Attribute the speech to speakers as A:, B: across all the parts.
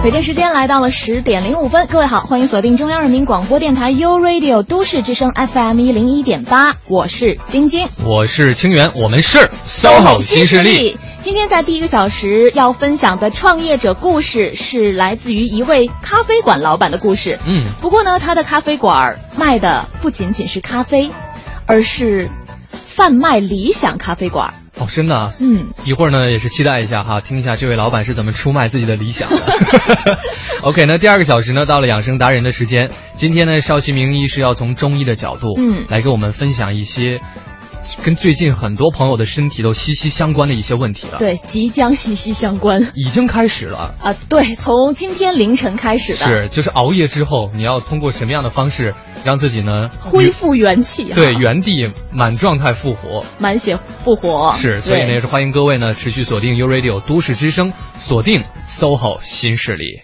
A: 北京时间来到了十点零五分，各位好，欢迎锁定中央人民广播电台 u Radio 都市之声 FM 一零一点八，我是晶晶。
B: 我是清源，我们是
A: SOHO
B: SOHO 新势力。。
A: 今天在第一个小时要分享的创业者故事是来自于一位咖啡馆老板的故事。
B: 嗯，
A: 不过呢，他的咖啡馆儿卖的不仅仅是咖啡，而是贩卖理想咖啡馆儿。
B: 哦，真的啊，
A: 嗯，
B: 一会儿呢也是期待一下哈，听一下这位老板是怎么出卖自己的理想的。OK，那第二个小时呢，到了养生达人的时间。今天呢，邵希明医师要从中医的角度，
A: 嗯
B: 来给我们分享一些跟最近很多朋友的身体都息息相关的一些问题了。，
A: 对，即将息息相关。
B: 已经开始了。
A: 啊，对，从今天凌晨开始的
B: 是，就是熬夜之后，你要通过什么样的方式让自己呢
A: 恢复元气、啊，
B: 对，原地满状态复活？
A: 满血复活
B: 是，所以呢，
A: 啊对
B: 也是欢迎各位呢持续锁定 U Radio 都市之声，锁定 SOHO 新势力。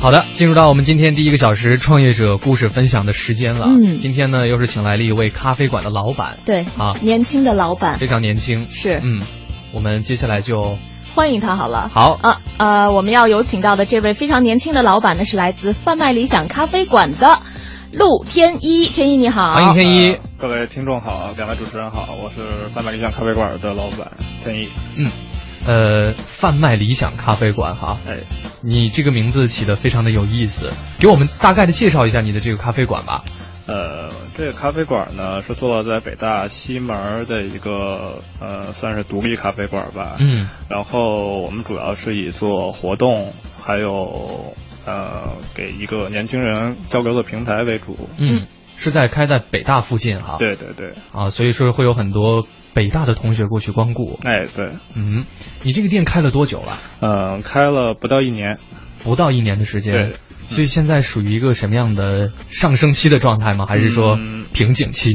B: 好的，进入到我们今天第一个小时创业者故事分享的时间了。
A: 嗯
B: 今天呢又是请来了一位咖啡馆的老板，
A: 对
B: 啊
A: 年轻的老板
B: 非常年轻。
A: 是
B: 嗯，我们接下来就
A: 欢迎他好了。
B: 好
A: 啊，呃，我们要有请到的这位非常年轻的老板呢，是来自贩卖理想咖啡馆的陆天一。天一你好，
B: 欢迎天一。
C: 呃各位听众好，两位主持人好，我是贩卖理想咖啡馆的老板天一。
B: 嗯，呃，贩卖理想咖啡馆哈。
C: 哎，
B: 你这个名字起的非常的有意思，给我们大概的介绍一下你的这个咖啡馆吧。
C: 呃，这个咖啡馆呢是坐落在北大西门儿的一个呃，算是独立咖啡馆吧。
B: 嗯，
C: 然后我们主要是以做活动，还有呃，给一个年轻人交流的平台为主。
B: 嗯，是在开在北大附近哈。
C: 对对对，
B: 啊，所以说会有很多北大的同学过去光顾。
C: 哎对，
B: 嗯，你这个店开了多久了？
C: 嗯、开了不到一年，
B: 不到一年的时间
C: 对。
B: 所以现在属于一个什么样的上升期的状态吗？还是说
C: 嗯
B: 瓶颈期？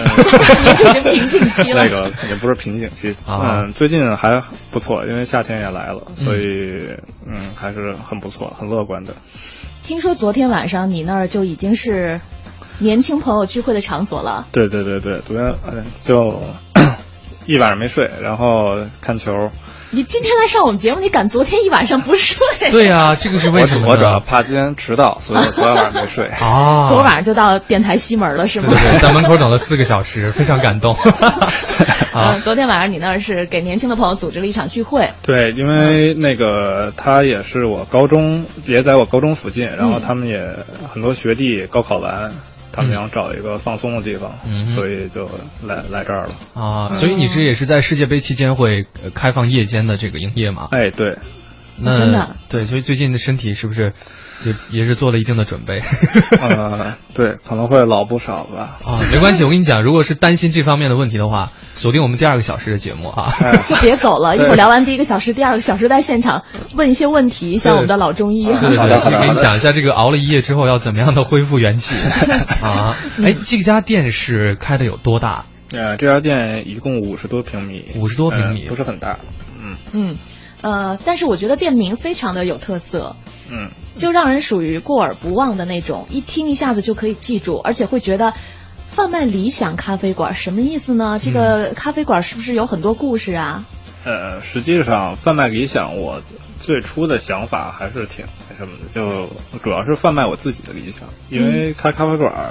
A: 已经瓶颈期了
C: 那。个也不是瓶颈期，
B: 啊
C: 嗯，最近还不错，因为夏天也来了，所以嗯，还是很不错，很乐观的。
A: 听说昨天晚上你那儿就已经是年轻朋友聚会的场所了。
C: 对对对对，昨天嗯就 一晚上没睡，然后看球，
A: 你今天来上我们节目，你赶昨天一晚上不睡？
B: 对呀、这个是为
C: 我
B: 什
C: 主
B: 么呢？
C: 我主要怕今天迟到，所以我昨天晚上没 睡。
B: 啊，
A: 昨晚上就到电台西门了，是
B: 对
A: 吗？
B: 对对，在门口等了四个小时，非常感动。 啊，
A: 嗯，昨天晚上你那儿是给年轻的朋友组织了一场聚 会，
C: 对，因为那个他也是我高中，也在我高中附近，
B: 嗯
C: 然后他们也很多学弟高考完，他们
B: 嗯
C: 想找一个放松的地方，
B: 嗯哼
C: 所以就来来这儿了。
B: 啊，所以你这也是在世界杯期间会呃开放夜间的这个营业嘛？
C: 哎，对，
B: 那
A: 真的
B: 对，所以最近的身体是不是也也是做了一定的准备？
C: 呃，对，可能会老不少吧。
B: 啊，没关系，我跟你讲，如果是担心这方面的问题的话，锁定我们第二个小时的节目啊。
C: 哎，
A: 就别走了，一
C: 对
A: 会儿聊完第一个小时，第二个小时在现场问一些问题，像我们的老中医。
B: 对对
C: 好的好
B: 对，
C: 的
B: 我给
C: 好
B: 你
C: 的
B: 讲一下这个熬了一夜之后要怎么样的恢复元 气啊？哎，这家店是开的有多大？
C: 呃，这家店一共五十多平米，
B: 50多平米
C: 呃不是很大。嗯
A: 嗯，呃，但是我觉得店名非常的有特色，
C: 嗯，
A: 就让人属于过耳不忘的那种，一听一下子就可以记住，而且会觉得。贩卖理想咖啡馆什么意思
B: 嗯
A: 呢？这个咖啡馆是不是有很多故事啊？
C: 呃，实际上贩卖理想，我最初的想法还是挺那什么的，就主要是贩卖我自己的理想，
B: 嗯
C: 因为开咖啡馆儿，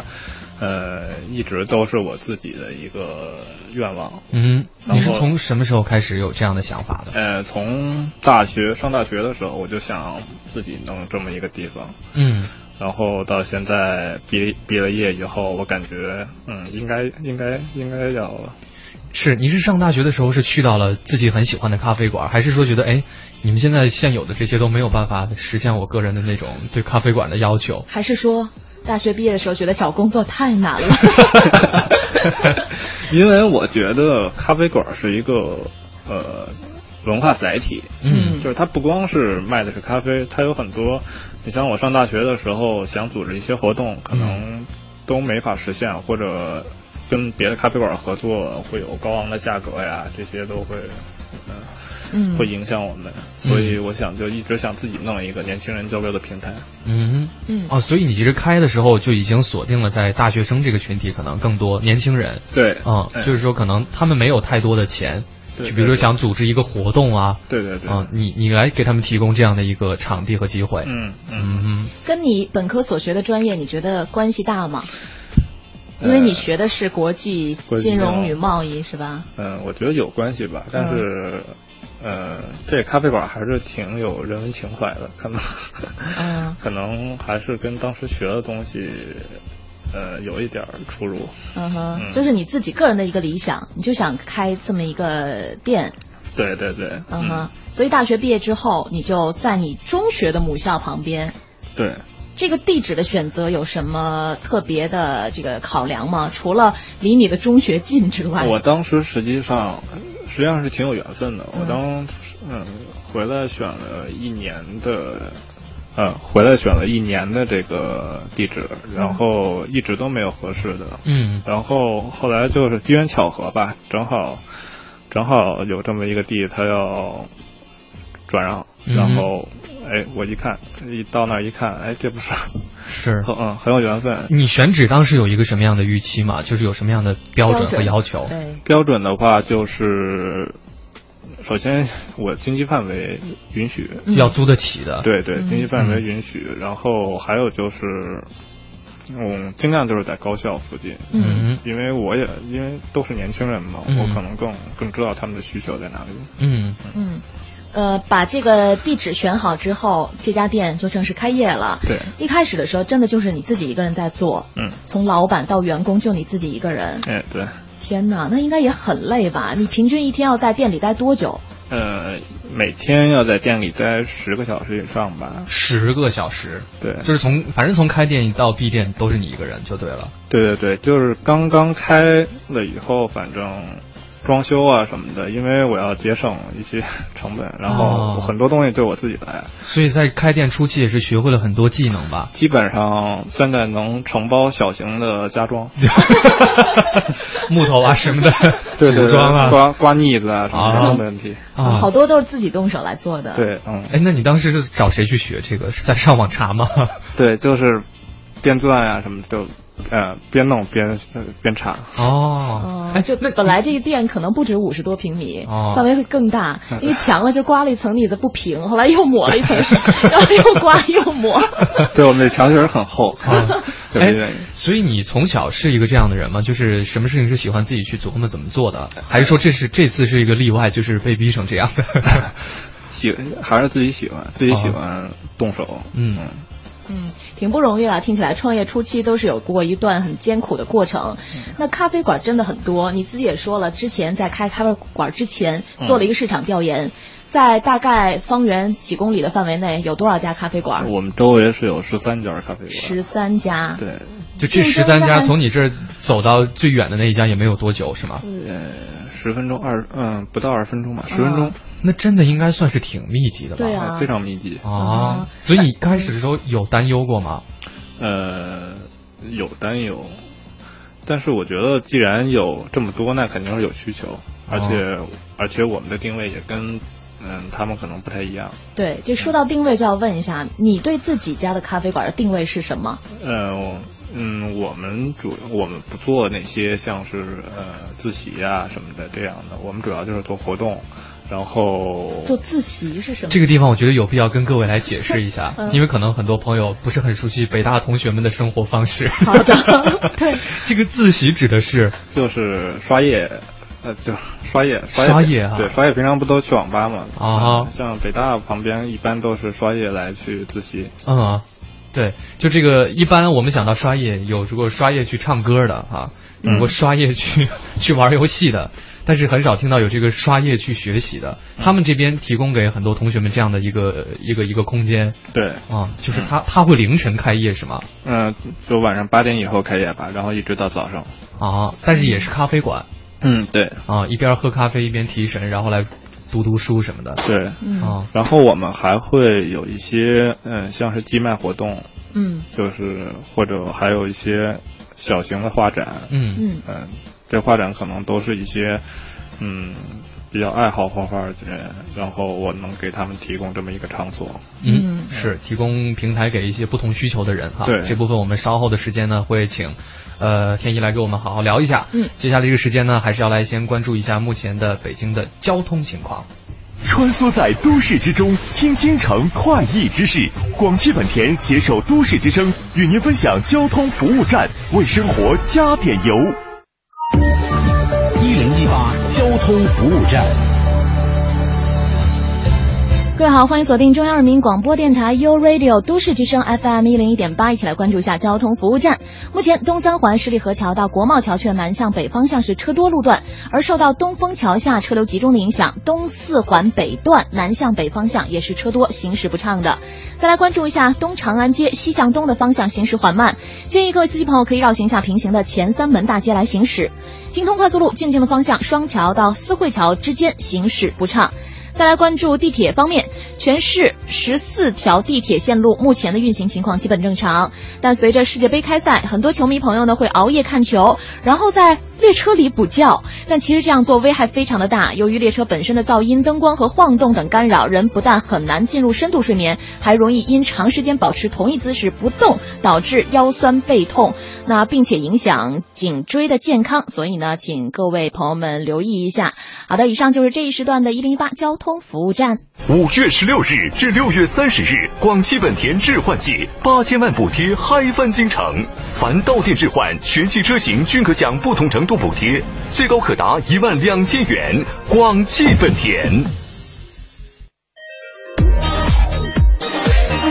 C: 呃，一直都是我自己的一个愿望。
B: 嗯，
C: 然后
B: 你是从什么时候开始有这样的想法的？
C: 呃，从大学上大学的时候，我就想自己弄这么一个地方。
B: 嗯，
C: 然后到现在毕毕了业以后，我感觉嗯，应该应该应该要
B: 是，你是上大学的时候是去到了自己很喜欢的咖啡馆，还是说觉得哎，你们现在现有的这些都没有办法实现我个人的那种对咖啡馆的要求？
A: 还是说大学毕业的时候觉得找工作太 难了？
C: 因为我觉得咖啡馆是一个呃文化载体。
B: 嗯
C: 就是它不光是卖的是咖啡，它有很多，你像我上大学的时候想组织一些活动，可
B: 嗯
C: 能都没法实现，或者跟别的咖啡馆合作会有高昂的价格呀，这些都会。呃
A: 嗯
C: 会影响我们，所以我想就一直想自己弄一个年轻人交流的平台。
B: 嗯
A: 嗯
B: 哦，所以你其实开的时候就已经锁定了在大学生这个群体，可能更多年轻人。
C: 对，
B: 嗯，
C: 哎
B: 就是说可能他们没有太多的钱，
C: 对
B: 就
C: 对
B: 比如说想组织一个活动啊，
C: 对对对，
B: 嗯，你你来给他们提供这样的一个场地和机会。
C: 嗯嗯，
B: 嗯嗯
A: 跟你本科所学的专业，你觉得关系大吗？因为你学的是国际
C: 国际
A: 金融与
C: 金融
A: 贸易，是吧？嗯
C: 嗯，我觉得有关系吧，但是，呃，这咖啡馆还是挺有人文情怀的，可能，
A: 嗯
C: 可能还是跟当时学的东西，呃，有一点儿出入。
A: 嗯哼，
C: 嗯
A: 就是你自己个人的一个理想，你就想开这么一个店，
C: 对对对，
A: 嗯哼。所以大学毕业之后，你就在你中学的母校旁边。
C: 对，
A: 这个地址的选择有什么特别的这个考量吗？除了离你的中学近之外，
C: 我当时实际上，实际上是挺有缘分的。
A: 嗯
C: 我当时嗯回来选了一年的，呃，回来选了一年的这个地址，
A: 嗯
C: 然后一直都没有合适的。
B: 嗯
C: 然后后来就是机缘巧合吧，正好正好有这么一个地，他要转让，
B: 嗯
C: 然后哎，我一看，一到那儿一看，哎，这不是，
B: 是。
C: 嗯，很有缘分。
B: 你选址当时有一个什么样的预期吗？就是有什么样的标准和要求？
A: 对，
C: 标准的话就是，首先我经济范围允许，
A: 嗯
B: 要租得起的。，
C: 对对，
A: 嗯
C: 经济范围允许，然后还有就是，嗯，尽量就是在高校附近，
A: 嗯
B: 嗯
C: 因为我也因为都是年轻人嘛，
B: 嗯
C: 我可能更更知道他们的需求在哪里。
B: 嗯
A: 嗯，呃，把这个地址选好之后，这家店就正式开业了。
C: 对，
A: 一开始的时候，真的就是你自己一个人在做，
C: 嗯，
A: 从老板到员工就你自己一个人。
C: 哎对，
A: 天哪，那应该也很累吧？你平均一天要在店里待多久？
C: 呃，每天要在店里待十个小时以上吧。
B: 十个小时，
C: 对，
B: 就是从反正从开店到闭店都是你一个人就对了。
C: 对对对，就是刚刚开了以后，反正装修啊什么的，因为我要节省一些成本，然
B: 哦
C: 后很多东西对我自己来，
B: 所以在开店初期也是学会了很多技能 吧？
C: 基本上现在能承包小型的家装，
B: 木头啊什么的，
C: 对对
B: 组
C: 对，
B: 装啊。
C: 刮刮腻子啊什么的
B: 啊
C: 都没问题。
B: 啊，
A: 好多都是自己动手来做的。，
C: 对，嗯，
B: 哎，那你当时是找谁去学这个？是在上网 查吗？
C: 对，就是编钻啊什么就，呃，边弄边呃边查。
B: 哦
A: 哦，
B: 哎，，
A: 就
B: 那
A: 本来这个店可能不止五十多平米，
B: 哦
A: 范围会更 大，因为墙了就刮了一层腻子不平，后来又抹了一层 水，然后又刮又抹。
C: 对，我们这墙确实很厚，
A: 啊
C: 有
B: 哎
C: 这原因。，
B: 所以你从小是一个这样的人吗？就是什么事情是喜欢自己去琢磨怎么做的，还是说这是这次是一个例外，就是被逼成这样的？
C: 喜还是自己喜欢，自己
A: 啊
C: 喜欢动手。
B: 嗯
A: 嗯，挺不容易了。听起来创业初期都是有过一段很艰苦的过程。
C: 嗯
A: 那咖啡馆真的很多，你自己也说了，之前在开咖啡馆之前做了一个市场调
C: 嗯
A: 研，在大概方圆几公里的范围内有多少家咖啡馆？
C: 我们周围是有十三家咖啡
A: 啊
C: 馆，
A: 十三家。
C: 对，
B: 就这十
A: 竞
B: 三
A: 争
B: 家，
A: 大
B: 从你这儿走到最远的那一家也没有多久，是
A: 嗯
B: 吗？
C: 呃，十分钟二嗯不到二十分钟吧，十分钟，
B: 那真的应该算是挺密集的吧？
A: 啊对啊
C: 呃非常密集。
B: 哦
A: 嗯，
B: 所以你开始的时候有担忧过吗？
C: 呃，有担忧，但是我觉得既然有这么多，那肯定是有需求，而且、
A: 哦
C: 而且我们的定位也跟嗯他们可能不太一样。
A: 对，这说到定位，就要问一下，你对自己家的咖啡馆的定位是什么？
C: 呃，我嗯，我们主我们不做那些像是呃自习啊什么的这样的，我们主要就是做活动，然后
A: 做自习是什么？
B: 这个地方我觉得有必要跟各位来解释一下，
A: 嗯
B: 因为可能很多朋友不是很熟悉北大同学们的生活方式。
A: 好 的，对，
B: 这个自习指的是
C: 就是刷夜，呃，就刷夜，刷夜，
B: 刷夜啊
C: 对，刷夜平常不都去网吧吗？
B: 啊
C: 像北大旁边一般都是刷夜来去自习，
B: 嗯，对，就这个，一般我们想到刷夜，有如果刷夜去唱歌的啊，
C: 嗯
B: 如果刷夜去 去玩游戏的，但是很少听到有这个刷夜去学习的。他们这边提供给很多同学们这样的一个一个一个空间
C: 对，
B: 啊，就是他他会凌晨开业是吗？
C: 嗯、就晚上八点以后开业吧，然后一直到早上。
B: 啊，但是也是咖啡馆
C: 嗯，对，
B: 啊，一边喝咖啡一边提神，然后来读读书什么的。
C: 对，
A: 嗯
B: 哦，
C: 然后我们还会有一些嗯，像是寄卖活动，
A: 嗯
C: 就是或者还有一些小型的画展，
B: 嗯
A: 嗯
C: 嗯，这画展可能都是一些嗯比较爱好画画的人，然后我能给他们提供这么一个场所。
A: 嗯
B: 是提供平台给一些不同需求的人哈。
C: 对
B: 这部分我们稍后的时间呢会请，呃，天一来给我们好好聊一下。
A: 嗯
B: 接下来这个时间呢，还是要来先关注一下目前的北京的交通情况。
D: 穿梭在都市之中，听京城快意之事。广汽本田携手都市之声，与您分享交通服务站，为生活加点油。
E: 一零一八交通服务站。
A: 各位好，欢迎锁定中央人民广播电台 u Radio 都市之声 FM 一零一点八，一起来关注一下交通服务站。目前，东三环十里河桥到国贸桥却南向北方向是车多路段，而受到东风桥下车流集中的影响，东四环北段南向北方向也是车多，行驶不畅的。再来关注一下东长安街西向东的方向行驶缓慢，建议各位司机朋友可以绕行一下平行的前三门大街来行驶。京通快速路进京的方向，双桥到四惠桥之间行驶不畅。再来关注地铁方面，全市十四条地铁线路目前的运行情况基本正常，但随着世界杯开赛，很多球迷朋友呢会熬夜看球，然后在列车里补觉。但其实这样做危害非常的大，由于列车本身的噪音、灯光和晃动等干扰，人不但很难进入深度睡眠，还容易因长时间保持同一姿势不动，导致腰酸背痛，那并且影响颈椎的健康。所以呢，请各位朋友们留意一下。好的，以上就是这一时段的一零一八交通服务站。
D: 五月十六日至六月三十日，广汽本田置换季八千万补贴嗨翻京城，凡到店置换全系车型均可享不同程度补贴，最高可达一万两千元。广汽本田。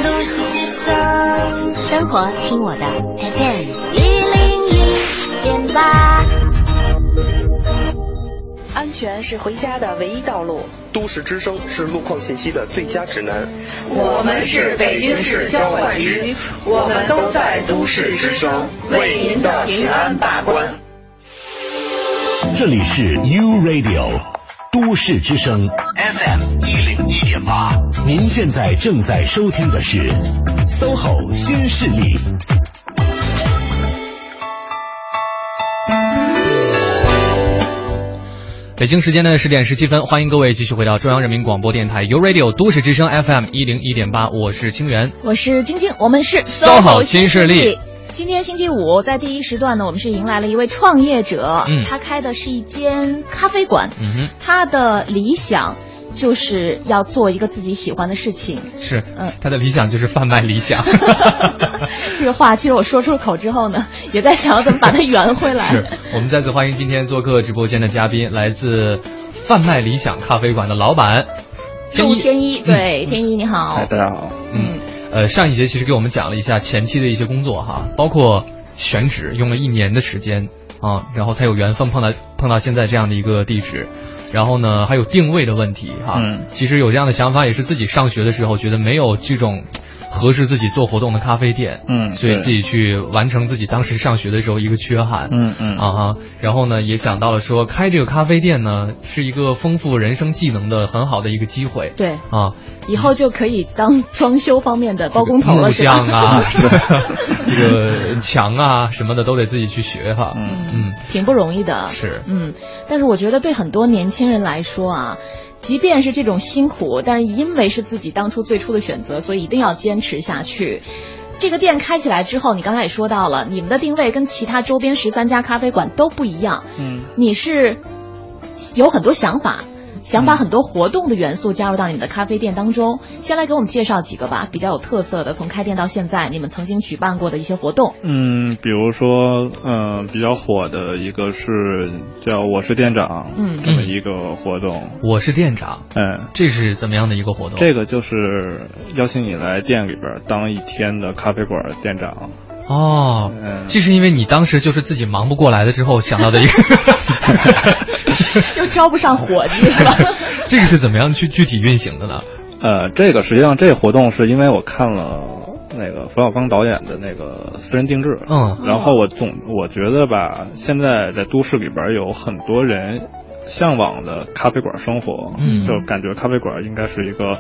F: 都市之声，生活听我的 FM 一零一点八。
G: 安全是回家的唯一道路。
H: 都市之声是路况信息的最佳指南。
I: 我们是北京市交管局，我们都在都市之声为您的平安把关。
E: 这里是 U Radio 都市之声 FM 一零一点八，您现在正在收听的是 SOHO 新势力。
B: 北京时间的十点十七分，欢迎各位继续回到中央人民广播电台 u Radio 都市之声 FM 一零一点八，我是清源。
A: 我是晶晶，我们是
B: SOHO 新势力。
A: 今天星期五，在第一时段呢，我们是迎来了一位创业者，
B: 嗯
A: 他开的是一间咖啡馆，
B: 嗯
A: 他的理想就是要做一个自己喜欢的事情。
B: 哼，是
A: 嗯，
B: 他的理想就是贩卖理 想。
A: 这个话其实我说出口之后呢，也在想要怎么把它圆回来。
B: 是我们再次欢迎今天做客直播间的嘉宾，来自贩卖理想咖啡馆的老板天
A: 陆
B: 一。
A: 天一，对、天一你好
C: 哎，，大家好。
B: 嗯，呃，上一节其实给我们讲了一下前期的一些工作哈，包括选址用了一年的时间啊，然后才有缘分碰到碰到现在这样的一个地址。然后呢，还有定位的问题哈。
C: 嗯
B: 其实有这样的想法，也是自己上学的时候觉得没有这种合适自己做活动的咖啡店，
C: 嗯
B: 所以
C: 对
B: 自己去完成自己当时上学的时候一个缺憾，
C: 嗯嗯
B: 啊哈，然后呢，也讲到了说开这个咖啡店呢，是一个丰富人生技能的很好的一个机会，
A: 对，
B: 啊，
A: 以后就可以当装修方面的包工头
B: 木
A: 了，是吧
B: 匠？ 啊，这个墙啊什么的都得自己去学哈。
C: 嗯
B: 嗯，
A: 挺不容易的。
B: 是
A: 嗯，但是我觉得对很多年轻人来说啊，即便是这种辛苦，但是因为是自己当初最初的选择，所以一定要坚持下去。这个店开起来之后，你刚才也说到了，你们的定位跟其他周边十三家咖啡馆都不一样。
C: 嗯，
A: 你是有很多想法，想把很多活动的元素加入到你们的咖啡店当中。先来给我们介绍几个吧，比较有特色的，从开店到现在你们曾经举办过的一些活动。
C: 嗯，比如说，嗯、比较火的一个是叫“我是店长”
A: 嗯
C: 这么一个活动，
B: 我是店长，
C: 嗯，
B: 这是怎么样的一个活动？
C: 这个就是邀请你来店里边儿当一天的咖啡馆儿店长，
B: 哦，
C: 嗯
B: 这是因为你当时就是自己忙不过来了之后想到 的一个。
A: 又招不上伙计是吧？
B: 这个是怎么样去具体运行的呢？
C: 呃，这个实际上这个活动是因为我看了那个冯小刚导演的那个《私人定制》，
B: 嗯
C: 然后我总我觉得吧，现在在都市里边儿有很多人向往的咖啡馆生活，
B: 嗯
C: 就感觉咖啡馆应该是一个，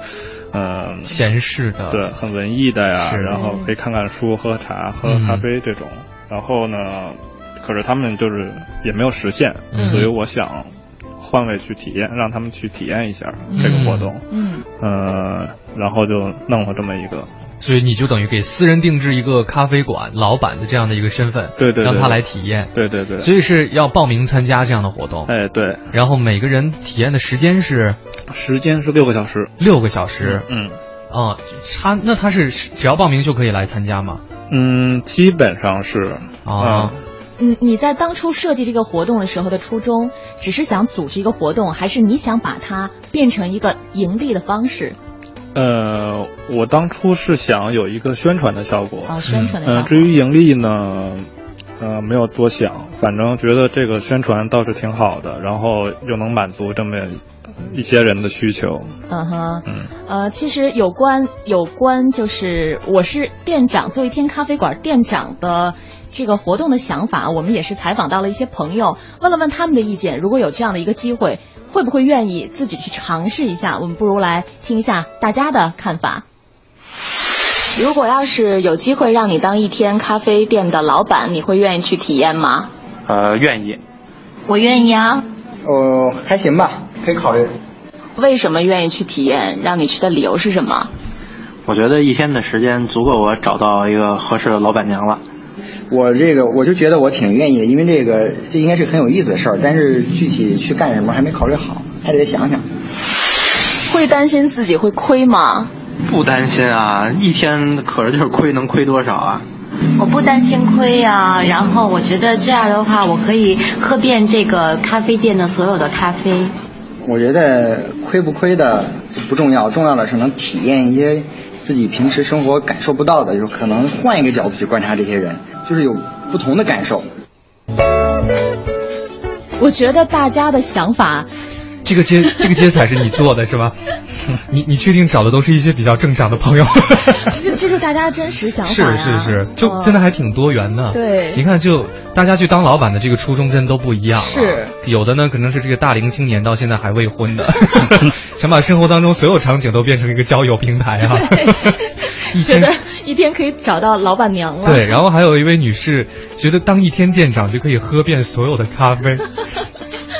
C: 嗯、
B: 闲适的，
C: 对，很文艺的呀，
B: 是嗯
C: 然后可以看看书、喝茶、喝咖啡这种。然后呢，可是他们就是也没有实现，
B: 嗯
C: 所以我想换位去体验，让他们去体验一下这个活动。
A: 嗯，
C: 呃，然后就弄了这么一个，
B: 所以你就等于给私人定制一个咖啡馆老板的这样的一个身份，
C: 对对对
B: 让他来体验，
C: 对对对，
B: 所以是要报名参加这样的活动，
C: 哎对，
B: 然后每个人体验的时间是
C: 时间是六个小时。
B: 六个小时，
C: 嗯
B: 啊、他那他是只要报名就可以来参加吗？
C: 嗯，基本上是
B: 啊
C: 嗯
A: 你你在当初设计这个活动的时候的初衷，只是想组织一个活动，还是你想把它变成一个盈利的方式
C: 呃，我当初是想有一个宣传的效果，
A: 啊？宣传的效
C: 嗯，
A: 果？
C: 至于盈利呢，呃，没有多想，反正觉得这个宣传倒是挺好的，然后又能满足这么一些人的需求。
A: 嗯哼，
C: 嗯
A: 呃，其实有关有关就是我是店长，作为天咖啡馆店长的这个活动的想法，我们也是采访到了一些朋友，问了问他们的意见。如果有这样的一个机会，会不会愿意自己去尝试一下？我们不如来听一下大家的看法。如果要是有机会让你当一天咖啡店的老板，你会愿意去体验吗？
J: 呃，愿意。
F: 我愿意啊。
J: 呃，还行吧，可以考虑。
A: 为什么愿意去体验？让你去的理由是什么？
J: 我觉得一天的时间足够我找到一个合适的老板娘了。我这个我就觉得我挺愿意的，因为这个这应该是很有意思的事儿，但是具体去干什么还没考虑好，还得想想。
A: 会担心自己会亏吗？
J: 不担心啊，一天可是就是亏，能亏多少啊？
F: 我不担心亏啊，然后我觉得这样的话，我可以喝遍这个咖啡店的所有的咖啡。
J: 我觉得亏不亏的不重要，重要的是能体验一些自己平时生活感受不到的，就是可能换一个角度去观察这些人，就是有不同的感受。
A: 我觉得大家的想法
B: 这个接这个接彩是你做的是吧？ 你你确定找的都是一些比较正常的朋友？
A: 这这是大家真实想法
B: 是
A: 呀、
B: 是是，就
A: 嗯
B: 真的还挺多元的。
A: 对
B: 你看，就大家去当老板的这个初衷真都不一样、啊。
A: 是，
B: 有的呢可能是这个大龄青年到现在还 未婚的，想把生活当中所有场景都变成一个交友平台啊。 一
A: 觉
B: 天
A: 得一天可以找到老板娘了。哦
B: 对，然后还有一位女士觉得当一天店长就可以喝遍所有的咖啡，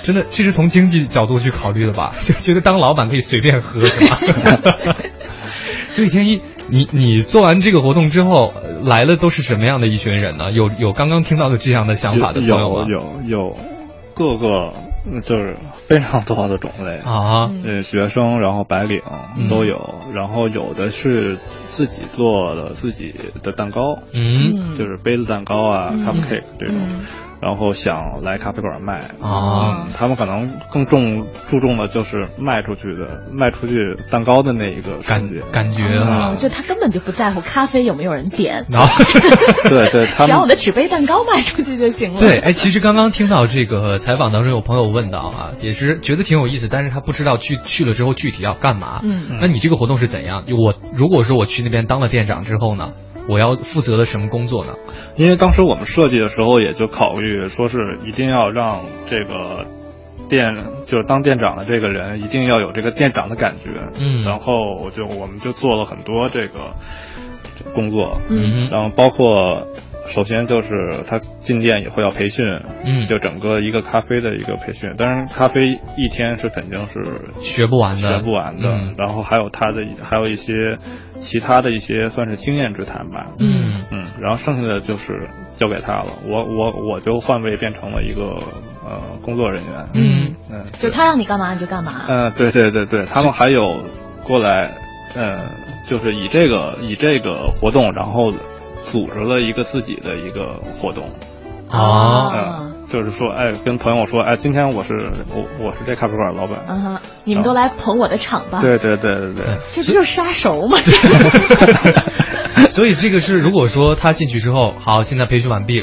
B: 真的，这是从经济角度去考虑的吧？ 就觉得当老板可以随便喝，是吧？所以天一，你你做完这个活动之后呃来了都是什么样的一群人呢？有有刚刚听到的这样的想法的朋
C: 有
B: 友吗？
C: 有有各个嗯就是非常多的种 类。
B: 啊，
C: 呃，学生，然后白领
B: 嗯
C: 都有，然后有的是自己做的自己的蛋糕，
B: 嗯
C: 就是杯子蛋糕啊、
A: 嗯
C: cupcake 这种，然后想来咖啡馆卖，嗯
B: 啊，
C: 他们可能更重注重的就是卖出去的卖出去蛋糕的那一个
B: 感
C: 瞬 间。
B: 感觉
A: 哦
C: 嗯
B: 啊，
A: 就他根本就不在乎咖啡有没有人点，
B: 然后。
C: 对对，他
A: 只要我
C: 们
A: 的纸杯蛋糕卖出去就行了。
B: 对，哎，其实刚刚听到这个采访当中有朋友问到啊，也是觉得挺有意思，但是他不知道去去了之后具体要干嘛。
A: 嗯，
B: 那你这个活动是怎样？我如果说我去那边当了店长之后呢，我要负责的什么工作呢？
C: 因为当时我们设计的时候也就考虑说是一定要让这个店就是当店长的这个人一定要有这个店长的感觉，
B: 嗯
C: 然后我就我们就做了很多这个工作，
B: 嗯
C: 然后包括。首先就是他进店以后要培训，
B: 嗯
C: 就整个一个咖啡的一个培训。当然，咖啡一天是肯定是
B: 学不完的
C: 学不完的。
B: 嗯
C: 然后还有他的还有一些其他的一些算是经验之谈吧。
B: 嗯
C: 嗯，然后剩下的就是交给他了。我我我就换位变成了一个呃工作人员。
B: 嗯，
C: 嗯，
A: 就他让你干嘛你就干嘛。
C: 嗯、对对对对，他们还有过来，嗯，就是以这个以这个活动，然后组织了一个自己的一个活动。
B: 啊，
A: 啊
C: 嗯，就是说，哎，跟朋友说，哎，今天我是我我是这咖啡馆老板。
B: 啊
A: 嗯哼，你们都来捧我的场吧。，
C: 对对对对对。
A: 这不就是杀熟吗？
B: 所以这个是如果说他进去之后，好，现在培训完毕，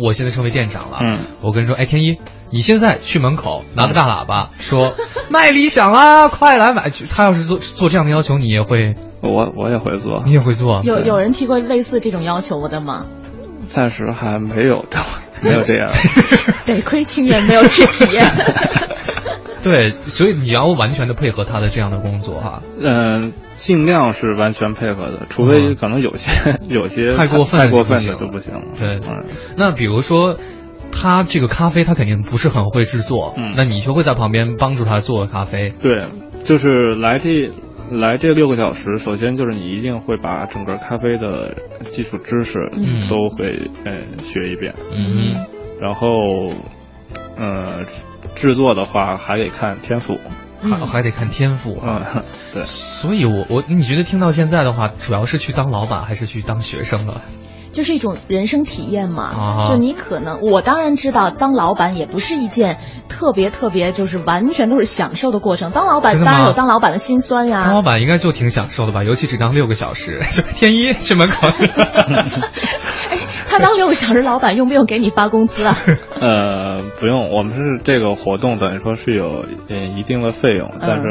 B: 我现在成为店长了。
C: 嗯，
B: 我跟你说，哎，天一，你现在去门口拿着大喇叭说 卖理想啦，快来买！他要是做做这样的要求，你也会，
C: 我我也会做
B: 你，也会做？啊
A: 有有人提过类似这种要求我的吗？
C: 暂时 还没有这么没有这样。
A: 得亏青年没有去体验。
B: 对，所以你要完全的配合他的这样的工作哈、
C: 嗯、尽量是完全配合的，除非可能有些、有些
B: 嗯太过分
C: 太过分
B: 就
C: 的
B: 不行
C: 就不行了。嗯
B: 对，那比如说。他这个咖啡，他肯定不是很会制作，嗯，那你就会在旁边帮助他做咖啡，
C: 对，就是来这来这六个小时，首先就是你一定会把整个咖啡的基础知识
B: 嗯
C: 都会呃学一遍，
B: 嗯哼，
C: 然后呃制作的话还得看天赋，
B: 嗯还还得看天赋啊。
C: 嗯， 对，
B: 所以我，我你觉得听到现在的话，主要是去当老板还是去当学生啊了？
A: 就是一种人生体验嘛。
B: 啊
A: 就你可能，我当然知道，当老板也不是一件特别特别，就是完全都是享受的过程。当老板
B: 真的吗哦
A: 当然有当老板的辛酸呀。
B: 当老板应该就挺享受的吧，尤其只当六个小时。 天一去门口，
A: 他当六个小时老板，用不用给你发工资啊？
C: 呃，不用，我们是这个活动等于说是有呃一定的费用，但是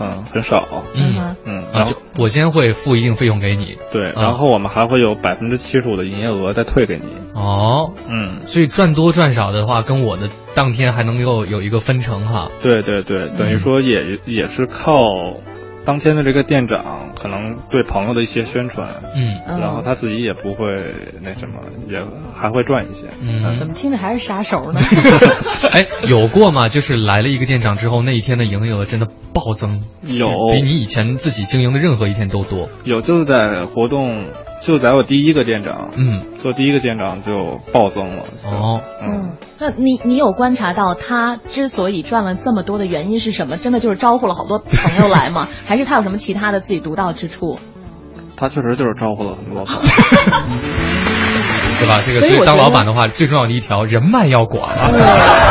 C: 嗯很少，
B: 嗯
C: 嗯，
B: 啊，
C: 然后
B: 就我先会付一定费用给你。
C: 对，
B: 啊
C: 然后我们还会有百分之七十五的营业额再退给你，
B: 哦，
C: 嗯，
B: 所以赚多赚少的话，跟我的当天还能够有一个分成哈。
C: 对对对，等于
B: 嗯
C: 说也也是靠当天的这个店长，可能对朋友的一些宣传，
B: 嗯
C: 然后他自己也不会那什么，也还会赚一些，
B: 嗯，
A: 怎么听着还是杀手 呢？
B: 哎，有过吗？就是来了一个店长之后，那一天的营业额真的暴增，
C: 有
B: 比你以前自己经营的任何一天都多。
C: 有就在活动，就在我第一个店长，
B: 嗯，
C: 做第一个店长就暴增了，
B: 哦，
A: 嗯，那你你有观察到他之所以赚了这么多的原因是什么？真的就是招呼了好多朋友来 吗？还是他有什么其他的自己独到之处？
C: 他确实就是招呼了很多朋友。
B: 对吧？这个
A: 所以
B: 所以
A: 我
B: 当
A: 觉
B: 老
A: 得
B: 板的话，最重要的一条人脉要广啊。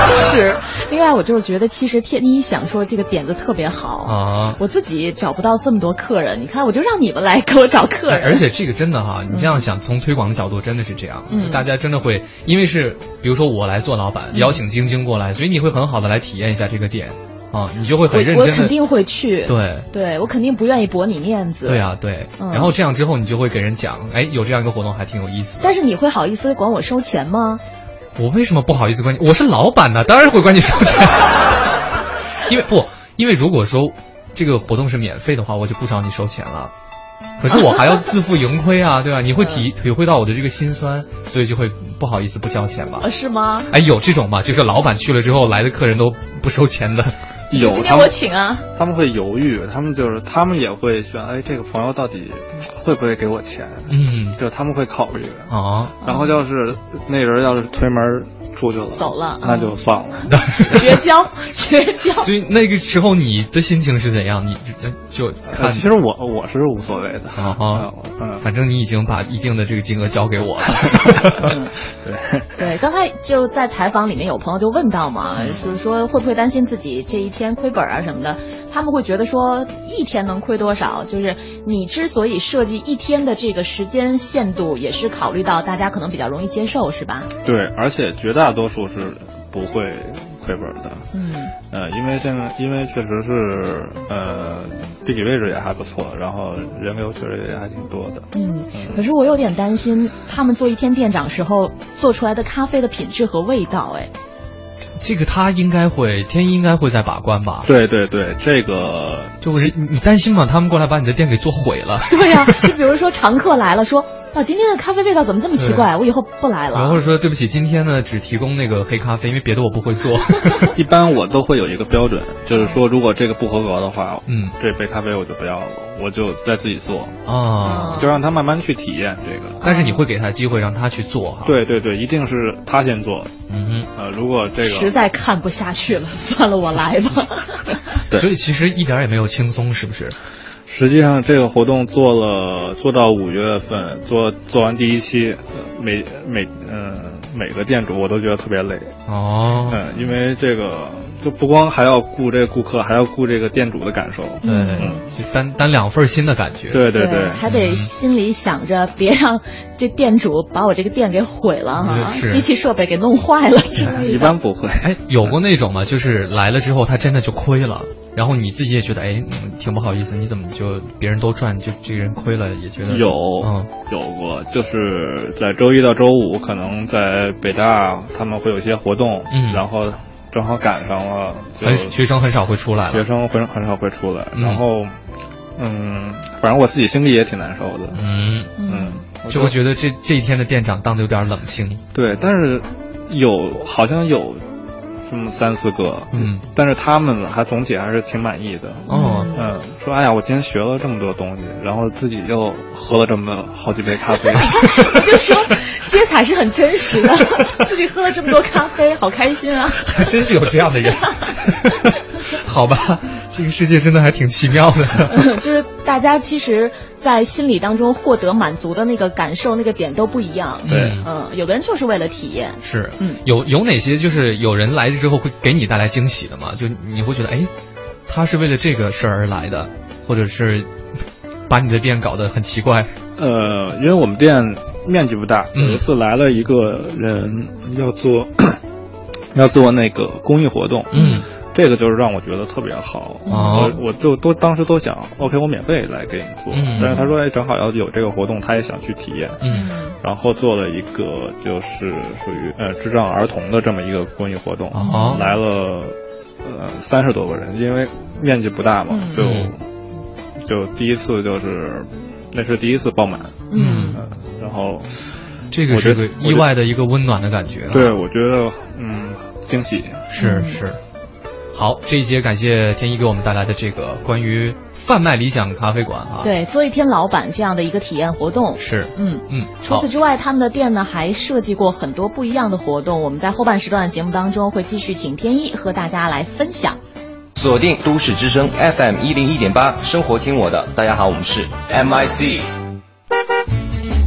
A: 是。另外，我就是觉得，其实天一想说这个点子特别好。
B: 啊
A: 我自己找不到这么多客人，你看，我就让你们来给我找客
B: 哎
A: 人。
B: 而且这个真的哈，你这样想，从推广的角度真的是这样，
A: 嗯
B: 大家真的会，因为是比如说我来做老板，邀请晶晶过来，所以你会很好的来体验一下这个点啊，你就会 很认
A: 我我肯
B: 真的，
A: 定会去。
B: 对
A: 对，我肯定不愿意驳你面子。
B: 对啊对，
A: 嗯
B: 然后这样之后你就会给人讲，哎，有这样一个活动还挺有意思的。
A: 但是你会好意思管我收钱吗？
B: 我为什么不好意思管你？我是老板 呢，当然会管你收钱。 因为不，因为如果说这个活动是免费的话，我就不找你收钱了。可是我还要自负盈亏啊，对 吧？你会体体会到我的这个心酸，所以就会不好意思不交钱吧
A: 啊，？是吗？
B: 哎，有这种吧？就是老板去了之后，来的客人都不收钱的。
C: 有
A: 今
C: 他
A: 天我
C: 们
A: 请啊。
C: 他们会犹豫，他们就是他们也会选，哎，这个朋友到底会不会给我钱？
B: 嗯，
C: 就他们会考虑。
B: 啊，
C: 然后要是那人要是推门出去了，
A: 走了嗯
C: 那就算了。
A: 绝 交，绝交。
B: 所以那个时候你的心情是怎样？你就就
C: 呃
B: 看
C: 其实我我是无所谓的。
B: 啊哈，
C: 嗯
B: 反正你已经把一定的这个金额交给我了。
C: 对，
A: 对，刚才就在采访里面有朋友就问到
B: 嗯
A: 嘛，就是说会不会担心自己这一天亏本啊什么的？他们会觉得说一天能亏多少？就是你之所以设计一天的这个时间限度，也是考虑到大家可能比较容易接受，是吧？
C: 对，而且绝大多数是不会亏本的。
A: 嗯
C: 呃，因为现在因为确实是呃地理位置也还不错，然后人流确实也还挺多的。
A: 嗯。可是我有点担心，他们做一天店长时候做出来的咖啡的品质和味道，哎，
B: 这个他应该会，天一应该会在把关吧？
C: 对对对，这个
B: 就是你你担心吗？他们过来把你的店给做毁了，
A: 对 呀、就比如说常客来了说。啊，今天的咖啡味道怎么这么奇怪？我以后不来
B: 然后
A: 了
B: 或。者说对不起，今天呢只提供那个黑咖啡，因为别的我不会 做。
C: 一般我都会有一个标准，就是说如果这个不合格的话，
B: 嗯，
C: 这杯咖啡我就不要了，我就再自己做，
A: 嗯
B: 啊，
C: 就让他慢慢去体验这个。
B: 但是你会给他机会让他去做哈。，
C: 对对对，一定是他先做。
B: 嗯
C: 呃，如果这
A: 实
C: 个
A: 在看不下去了，算了，我来 吧。
B: 哼，所以其实一点也没有轻松，是不是？
C: 实际上这个活动做了做到五月份，做做完第一期，呃每每嗯、每个店主我都觉得特别累，
B: 哦，
C: 嗯，因为这个就不光还要顾这个顾客，还要顾这个店主的感受。
A: 嗯
B: 对，就担担两份心的感觉。
C: 对嗯对对，
A: 还得心里想着别让这店主把我这个店给毁了哈、
B: 嗯是
A: 机器设备给弄坏了之类
C: 嗯 一
A: 的。
C: 般不 会。
B: 哎，有过那种吗？就是来了之后，他真的就亏了，然后你自己也觉得，哎，嗯挺不好意思，你怎么就别人都赚，就这个人亏了，也觉得
C: 有、
B: 嗯，
C: 有过，就是在周一到周五，可能在北大他们会有一些活动，
B: 嗯
C: 然后正好赶上了，就
B: 很学生很少会出来了
C: 学生很很少会出来。
B: 啊嗯
C: 然后，嗯，反正我自己心里也挺难受的。
B: 嗯
C: 嗯，
B: 就会觉得这这一天的店长当的有点冷清。
C: 对，但是有好像有这么三四个，
B: 嗯，
C: 但是他们还总体还是挺满意的。
B: 哦
C: 嗯，说哎呀，我今天学了这么多东西，然后自己又喝了这么好几杯 咖啡。
A: 我
C: 嗯
A: 就说接彩是很真实的， 自己喝了这么多咖啡，好开心啊！
B: 还 真是有这样的人， 好吧，这个世界真的还挺奇妙的。
A: 就是大家其实，在心理当中获得满足的那个感受、那个点都不一样。
B: 对
A: 嗯，有的人就是为了体验，
B: 是，
A: 嗯，
B: 有有哪些就是有人来了之后会给你带来惊喜的吗？就你会觉得，哎，他是为了这个事儿而来的，或者是把你的店搞得很奇怪。
C: 呃，因为我们店面积不大，
B: 嗯
C: 有一次来了一个人要 做要做那个公益活动，
B: 嗯，
C: 这个就是让我觉得特别好，
B: 哦
C: 嗯我我就都当时都想，OK，我免费来给你做，
B: 嗯
C: 但是他说，哎，正好要有这个活动，他也想去体验，
B: 嗯，
C: 然后做了一个就是属于呃智障儿童的这么一个公益活动，
B: 哦
C: 来了呃三十多个人，因为面积
B: 嗯
C: 不大嘛，就。就第一次就是，那是第一次爆满，
B: 嗯
C: 呃，然后
B: 这个
C: 我
B: 是
C: 觉
B: 个
C: 得
B: 意外的一个温暖的感觉、啊。
C: 我觉得对，嗯我觉得嗯惊喜
B: 是是。好，这一节感谢天一给我们带来的这个关于贩卖理想咖啡馆啊，
A: 对，做一天老板这样的一个体验活动。
B: 是，
A: 嗯
B: 嗯，
A: 除此之外，他们的店呢还设计过很多不一样的活动。我们在后半时段的节目当中会继续请天一和大家来分享。
K: 锁定都市之声 FM 一零一点八，生活听我的。大家好，我们是 MIC。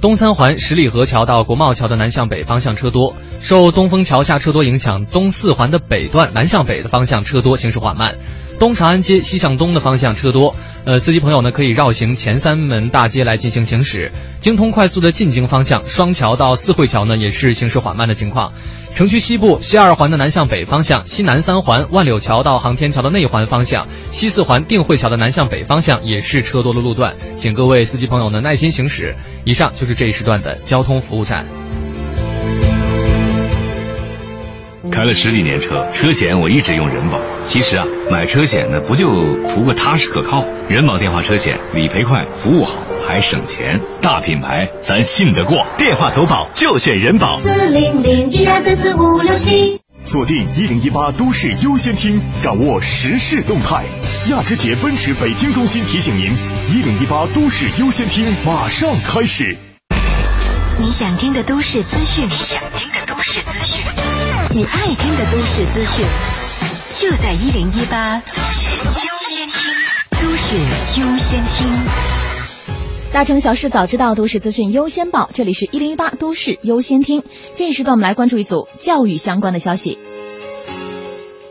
B: 东三环十里河桥到国贸桥的南向北方向车多，受东风桥下车多影响，东四环的北段南向北的方向车多，行驶缓慢；东长安街西向东的方向车多。呃，司机朋友呢可以绕行前三门大街来进行行驶。京通快速的进京方向，双桥到四惠桥呢也是行驶缓慢的情况。城区西部西二环的南向北方向，西南三环万柳桥到航天桥的内环方向，西四环定慧桥的南向北方向也是车多的路段，请各位司机朋友呢耐心行驶。以上就是这一时段的交通服务站。
D: 开了十几年车，车险我一直用人保。其实啊，买车险呢，不就图个踏实可靠？人保电话车险理赔快，服务好，还省钱，大品牌，咱信得过。电话投保就选人保。
L: 四零零一二三四五六七。
E: 锁定一零一八都市优先厅，掌握时事动态。亚之杰奔驰北京中心提醒您，一零一八都市优先厅马上开始。
M: 你想听的都市资讯，你想听的都市资讯，你爱听的都市资讯，就在一零一八都市优先听。
A: 大城小事早知道，都市资讯优先报。这里是一零一八都市优先听。这一时段我们来关注一组教育相关的消息。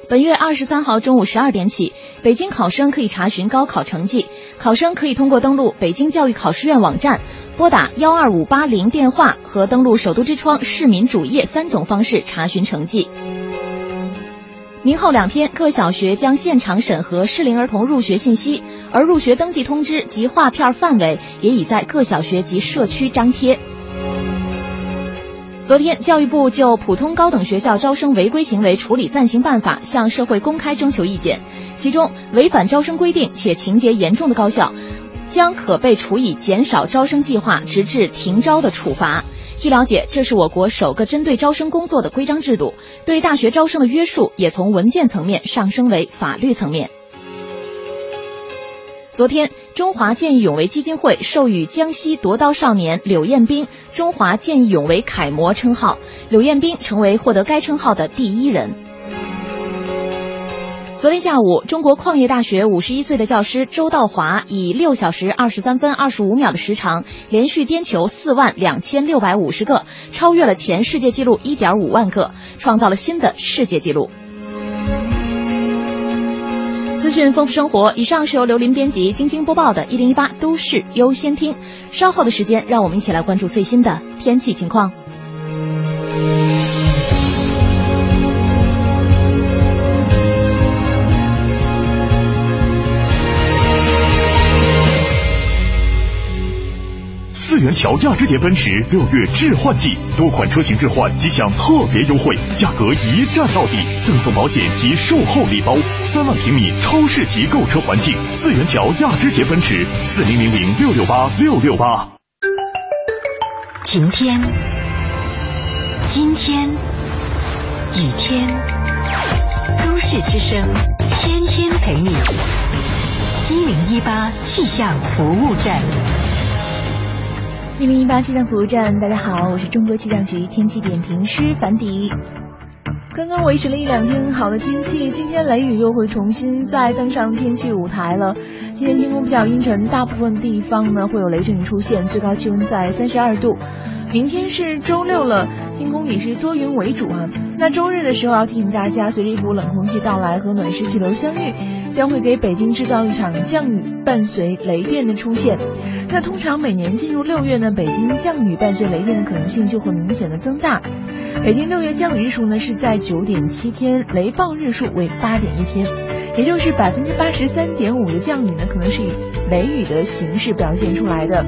A: 本月二十三号中午十二点起，北京考生可以查询高考成绩。考生可以通过登录北京教育考试院网站、拨打幺二五八零电话和登录首都之窗市民主页三种方式查询成绩。明后两天，各小学将现场审核适龄儿童入学信息，而入学登记通知及划片范围也已在各小学及社区张贴。昨天，教育部就普通高等学校招生违规行为处理暂行办法向社会公开征求意见，其中违反招生规定且情节严重的高校，将可被处以减少招生计划直至停招的处罚。据了解，这是我国首个针对招生工作的规章制度，对大学招生的约束也从文件层面上升为法律层面。昨天，中华见义勇为基金会授予江西夺刀少年柳彦兵“中华见义勇为楷模”称号，柳彦兵成为获得该称号的第一人。昨天下午，中国矿业大学五十一岁的教师周道华以六小时二十三分二十五秒的时长，连续颠球四万两千六百五十个，超越了前世界纪录一点五万个，创造了新的世界纪录。资讯丰富生活。以上是由刘林编辑、晶晶播报的《一零一八都市优先听》。稍后的时间，让我们一起来关注最新的天气情况。
D: 四元桥亚之杰奔驰六月置换季，多款车型置换即享特别优惠，价格一站到底，赠送保险及售后礼包，三万平米超市级购车环境。四元桥亚之杰奔驰，四零零零六六八六六八。
M: 晴天、阴天、雨天，都市之声天天陪你。一零一八气象服务站，
N: 一零一八气象服务站，大家好，我是中国气象局天气点评师樊迪。刚刚维持了一两天好的天气，今天雷雨又会重新再登上天气舞台了。今天天空比较阴沉，大部分地方呢会有雷阵雨出现，最高气温在三十二度。明天是周六了，天空也是多云为主啊。那周日的时候要提醒大家，随着一股冷空气到来和暖湿气流相遇，将会给北京制造一场降雨，伴随雷电的出现。那通常每年进入六月呢，北京降雨伴随雷电的可能性就会明显的增大。北京六月降雨日数呢是在九点七天，雷暴日数为八点一天，也就是百分之八十三点五的降雨呢，可能是以雷雨的形式表现出来的。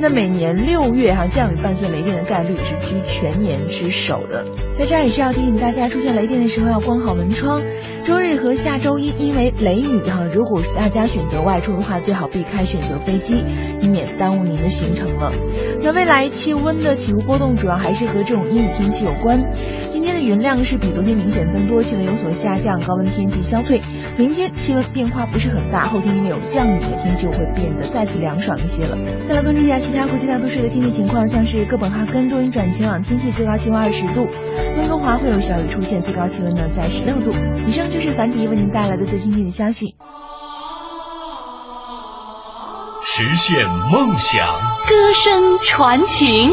N: 那每年六月哈、降雨伴随雷电的概率是居全年之首的。在这儿也是要提醒大家，出现雷电的时候要关好门窗。周日和下周一因为雷雨哈、如果大家选择外出的话，最好避开选择飞机，以免耽误您的行程了。那未来气温的起伏波动主要还是和这种阴雨天气有关。今天的云量是比昨天明显增多，气温有所下降，高温天气消退。明天气温变化不是很大，后天因为有降雨，天气会变得再次凉爽一些了。再来关注一下其他国际大都市的天气情况，像是哥本哈根多云转晴朗，天气最高气温二十度；温哥华会有小雨出现，最高气温呢在十六度。以上就是樊迪为您带来的最新天气消息。
E: 实现梦想。
M: 歌声传情。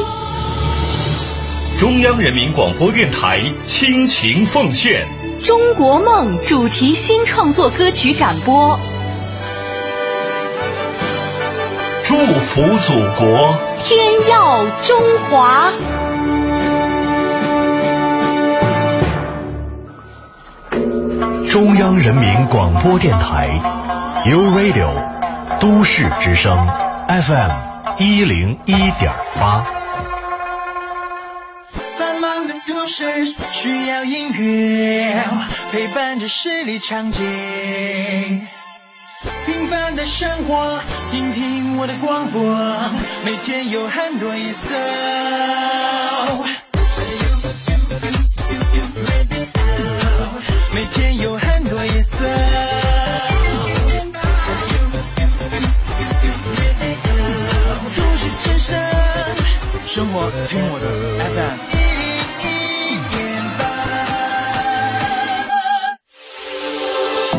E: 中央人民广播电台亲情奉献。
M: 中国梦主题新创作歌曲展播，
E: 祝福祖国，
M: 天耀中华。
E: 中央人民广播电台，U Radio，都市之声，FM 一零一点八。
O: 繁忙的都市需要音乐陪伴着十里长街，平凡的生活，听听我的广播，每天有很多颜色。每天有很多颜色。都市之声，生活听我的 FM。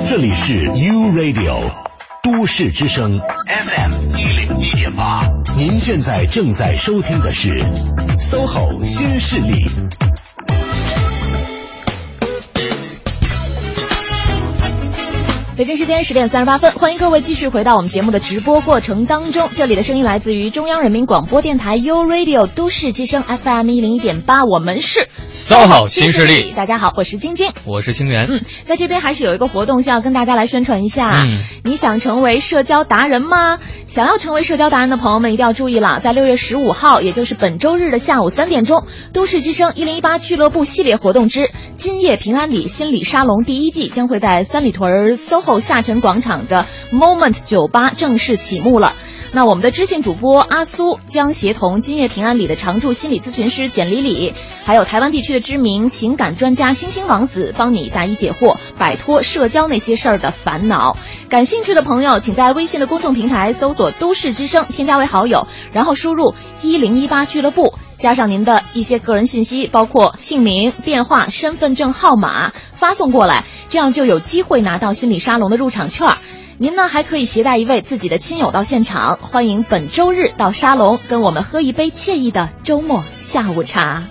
E: 这里是 U Radio 都市之声 FM 一零一点八，您现在正在收听的是 SOHO 新势力。
A: 北京时间十点三十八分，欢迎各位继续回到我们节目的直播过程当中。这里的声音来自于中央人民广播电台 u Radio 都市之声 FM 一零一点八，我们是
B: SOHO 新势力
A: 大家好，我是晶晶。
B: 我是清源。
A: 嗯，在这边还是有一个活动需要跟大家来宣传一下。
B: 嗯
A: 你想成为社交达人吗？想要成为社交达人的朋友们一定要注意了，在六月十五号，也就是本周日的下午三点钟，都市之声一零一八俱乐部系列活动之“今夜平安里心理沙龙”第一季将会在三里屯儿 SOHO 下沉广场的 Moment 酒吧正式启幕了。那我们的知性主播阿苏将协同今夜平安里的常驻心理咨询师简里里，还有台湾地区的知名情感专家星星王子，帮你答疑解惑，摆脱社交那些事儿的烦恼。感兴趣的朋友，请在微信的公众平台搜索“都市之声”，添加为好友，然后输入“一零一八俱乐部”，加上您的一些个人信息，包括姓名、电话、身份证号码，发送过来，这样就有机会拿到心理沙龙的入场券儿。您呢还可以携带一位自己的亲友到现场，欢迎本周日到沙龙跟我们喝一杯惬意的周末下午茶。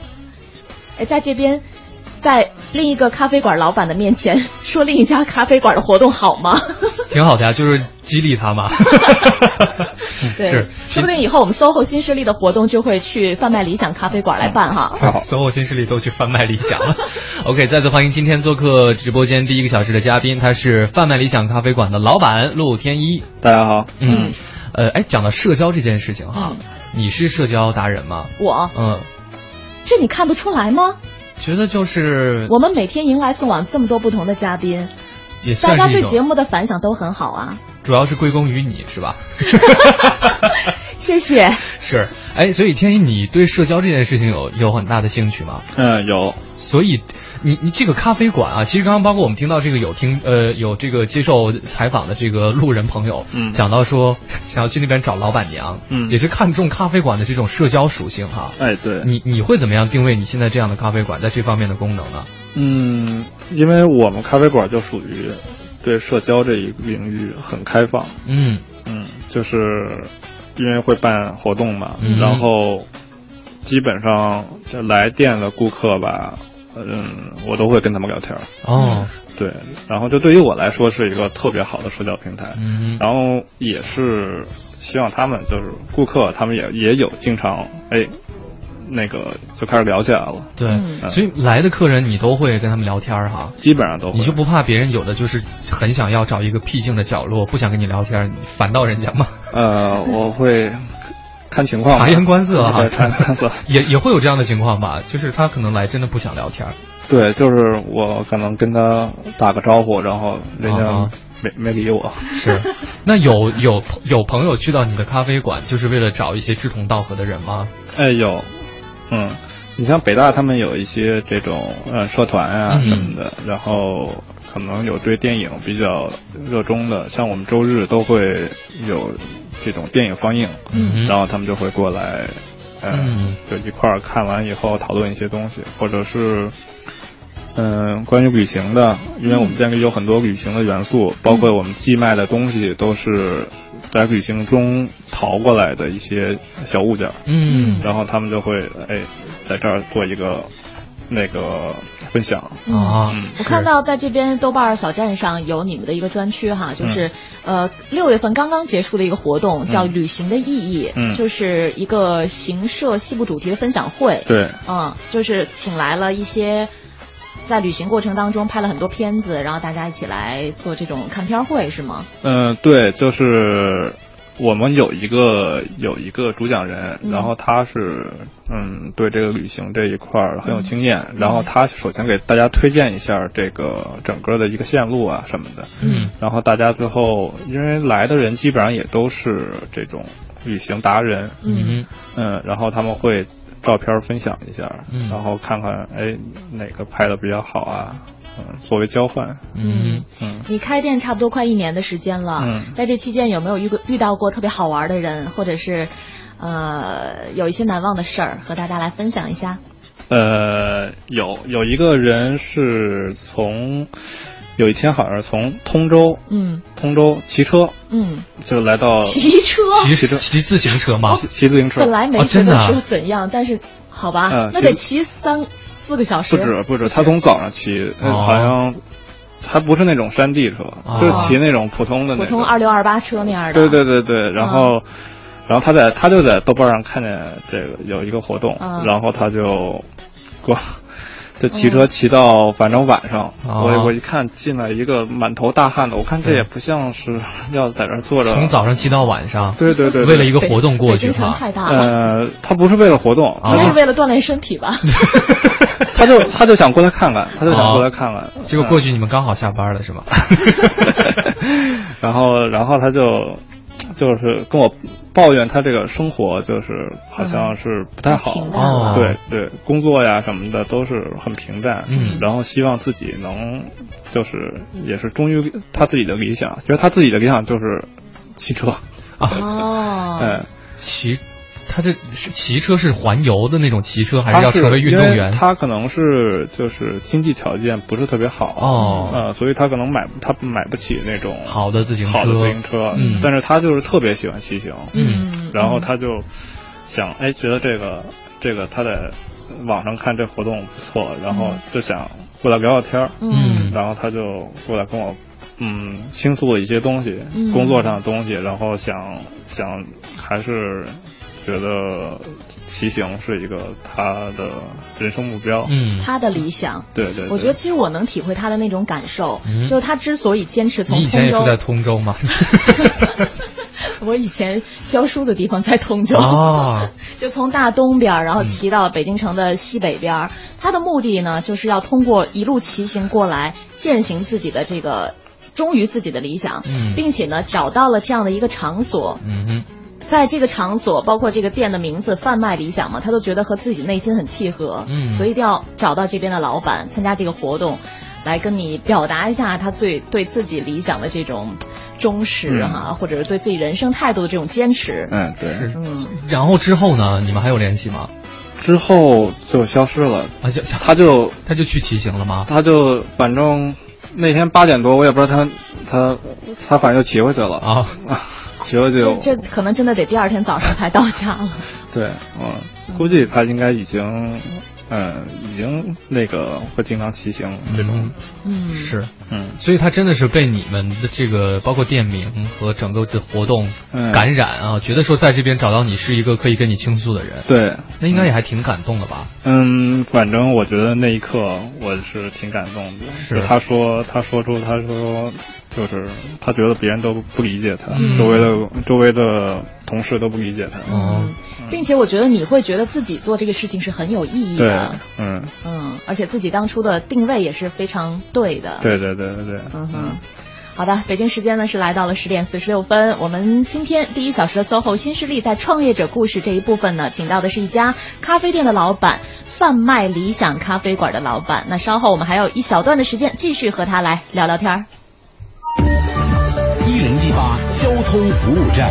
A: 哎，在这边，在另一个咖啡馆老板的面前 说另一家咖啡馆的活动好吗？
B: 挺好的呀，就是激励他嘛。
A: 对，
B: 是
A: 说不定以后我们 SOHO 新势力的活动就会去贩卖理想咖啡馆来办哈。
B: 所有新势力都去贩卖理想了。OK，再次欢迎今天做客直播间第一个小时的嘉宾，他是贩卖理想咖啡馆的老板陆天一。
C: 大家好，
B: 嗯，呃，哎，讲到社交这件事情
A: 嗯
B: 哈，你是社交达人吗？
A: 我
B: 嗯，
A: 这你看不出来吗？
B: 觉得就是
A: 我们每天迎来送往这么多不同的嘉宾，
B: 也
A: 大
B: 算
A: 家
B: 是一
A: 对节
B: 种，
A: 目的反响都很好啊，
B: 主要是归功于你是 吧？
A: 谢谢。
B: 是，哎，所以天一，你对社交这件事情有有很大的兴趣吗？
C: 嗯，有。
B: 所以，你你这个咖啡馆啊，其实刚刚包括我们听到这个有听呃有这个接受采访的这个路人朋友，
C: 嗯
B: 讲到说想要去那边找老板娘，
C: 嗯
B: 也是看重咖啡馆的这种社交属性哈。
C: 哎，对，
B: 你你会怎么样定位你现在这样的咖啡馆在这方面的功能呢？
C: 嗯，因为我们咖啡馆就属于对社交这一领域很开放，
B: 嗯
C: 嗯，就是因为会办活动嘛，
B: 嗯
C: 然后基本上这来店的顾客吧，嗯，我都会跟他们聊天儿。
B: 哦，
C: 对，然后这对于我来说是一个特别好的社交平台，
B: 嗯
C: 然后也是希望他们就是顾客，他们也也有经常哎，那个就开始聊起来了，
B: 对，
C: 嗯
B: 所以来的客人你都会跟他们聊天儿哈。
C: 基本上都会
B: 你就不怕别人有的就是很想要找一个僻静的角落，不想跟你聊天儿，你烦到人家吗？
C: 呃，我会看情况吧，
B: 察言观色啊哈
C: 对，察言 观色。
B: 也也会有这样的情况吧，就是他可能来真的不想聊天儿，
C: 对，就是我可能跟他打个招呼，然后人家
B: 啊
C: 没、没理我。
B: 是， 那有有有朋友去到你的咖啡馆，就是为了找一些志同道合的人吗？
C: 哎有，嗯，你像北大他们有一些这种呃社团啊
B: 嗯
C: 什么的，然后可能有对电影比较热衷的，像我们周日都会有这种电影放映，
B: 嗯
C: 然后他们就会过来，呃、
B: 嗯
C: 就一块儿看完以后讨论一些东西，或者是。嗯，关于旅行的，因为我们店里有很多旅行的元素，
B: 嗯
C: 包括我们寄卖的东西都是在旅行中淘过来的一些小物件儿。
B: 嗯
C: 然后他们就会哎，在这儿做一个那个分享。
A: 嗯
B: 啊，
A: 我看到在这边豆瓣儿小站上有你们的一个专区哈，就是、呃六月份刚刚结束的一个活动，叫“旅行的意义”，
C: 嗯
A: 就是一个行社西部主题的分享会。
C: 对，
A: 嗯，就是请来了一些在旅行过程当中拍了很多片子，然后大家一起来做这种看片儿会是吗？
C: 嗯、对，就是我们有一个有一个主讲人，
A: 嗯
C: 然后他是嗯对这个旅行这一块儿很有经验，
A: 嗯
C: 然后他首先给大家推荐一下这个整个的一个线路啊什么的，
B: 嗯，
C: 然后大家最后因为来的人基本上也都是这种旅行达人，
B: 嗯
C: 嗯，然后他们会。照片分享一下，
B: 嗯
C: 然后看看哎哪个拍的比较好啊，嗯，作为交换，
B: 嗯
C: 嗯，
A: 你开店差不多快一年的时间了，
C: 嗯
A: 在这期间有没有遇过遇到过特别好玩的人，或者是呃有一些难忘的事儿，和大家来分享一下？
C: 呃，有有一个人是从有一天好像是从通州，
A: 嗯，
C: 通州骑车
A: 嗯，
C: 就来到
A: 骑车
B: 骑骑自行车
A: 哦
B: 吗？
C: 骑自行车，
A: 本来没
C: 啊
A: 觉
C: 真的
A: 得
C: 啊
A: 说怎样，但是好吧，
C: 嗯
A: 那
C: 其实
A: 得骑三四个小时，
C: 不止不止，他从早上骑，呃
B: 哦
C: 好像还不是那种山地车，就是骑那种普通的
A: 哦普
C: 那
A: 通
C: 种，
A: 二六二八车那样的。嗯
C: 对对对对，然后。然后他在他就在豆瓣上看见这个有一个活动，
A: 嗯
C: 然后 他就过，就骑车骑到反正晚上，
B: 哦
C: 我我一看进来一个满头大汗的，我看这也不像是 要在这儿坐着。
B: 从早上骑到晚上，
C: 对对对对
B: 为了一个活动过
A: 北
B: 去
A: 京城
B: 哈，
A: 太大了，
C: 呃，他不是为了活动，
B: 哦
A: 应该是为了锻炼身体 吧？
C: 嗯他就他就想过来看看，他就
B: 哦
C: 想过来看看。
B: 结果过去你们刚好下班了是吗？
C: 嗯 然后然后他就就是跟我抱怨他这个生活就是好像是不太好，
A: 嗯平淡了
B: 哦
C: 对对，工作呀什么的都是很平淡，
B: 嗯
C: 然后希望自己能就是也是忠于他自己的理想，觉得他自己的理想就是骑车，
A: 哦，
C: 嗯。
B: 骑，他这是骑车是环游的那种骑车，还
C: 他
B: 要成为运动
C: 因为
B: 员？
C: 他可能是就是经济条件不是特别好
B: 哦
C: 呃，所以他可能买他买不起那种
B: 好的自行车
C: 好的自行车，
B: 嗯
C: 但是他就是特别喜欢骑行，
B: 嗯
C: 然后他就想，哎，
B: 嗯
C: 觉得这个这个他在网上看这活动不错，然后就想过来聊聊天儿，
A: 嗯
C: 然后他就过来跟我，嗯，倾诉了一些东西，
A: 嗯
C: 工作上的东西，然后想想还是觉得骑行是一个他的人生目标，
B: 嗯
A: 他的理想。
C: 对对，
A: 我觉得其实我能体会他的那种感受，
B: 嗯
A: 就是他之所以坚持
B: 你
A: 从
B: 以前
A: 通
B: 也
A: 州
B: 是，在通州 吗？
A: 我以前教书的地方在通州，
B: 哦
A: 就从大东边儿，然后骑到北京城的西北边儿。他的目的呢，就是要通过一路骑行过来，践行自己的这个。忠于自己的理想，
B: 嗯
A: 并且呢，找到了这样的一个场所，
B: 嗯哼，
A: 在这个场所，包括这个店的名字“贩卖理想”嘛，他都觉得和自己内心很契合，
B: 嗯
A: 所以一定要找到这边的老板，参加这个活动，来跟你表达一下他最对自己理想的这种忠实
B: 嗯
A: 哈、或者是对自己人生态度的这种坚持。
C: 嗯对，
A: 嗯，
B: 然后之后呢？你们还有联系吗？
C: 之后就消失了，
B: 啊，就
C: 他就
B: 他就去骑行了吗？
C: 他就反正那天八点多，我也不知道他他他反正就骑回去了
B: 啊，
C: 骑回去
A: 这这可能真的得第二天早上才到家了。
C: 对，嗯，估计他应该已经，嗯，已经那个会经常骑行，对吧？
A: 嗯，
B: 是，
C: 嗯，
B: 所以他真的是被你们的这个包括店名和整个的活动
C: 嗯
B: 感染啊，觉得说在这边找到你是一个可以跟你倾诉的人，
C: 对，
B: 那应该也还挺感动的吧？
C: 嗯，反正我觉得那一刻我是挺感动的。
B: 是
C: 就他说，他说出，他说，就是他觉得别人都不理解他，
A: 嗯
C: 周围的周围的同事都不理解他。
B: 哦，
A: 嗯并且我觉得你会觉得自己做这个事情是很有意义啊
C: 对
A: 的，，
C: 嗯，
A: 嗯，而且自己当初的定位也是非常对的。
C: 对对对对对，
A: 嗯哼，好的，北京时间呢是来到了十点四十六分。我们今天第一小时的 SOHO 新势力在创业者故事这一部分呢，请到的是一家咖啡店的老板，贩卖理想咖啡馆的老板。那稍后我们还有一小段的时间，继续和他来聊聊天儿。
E: 一零一八交通服务站。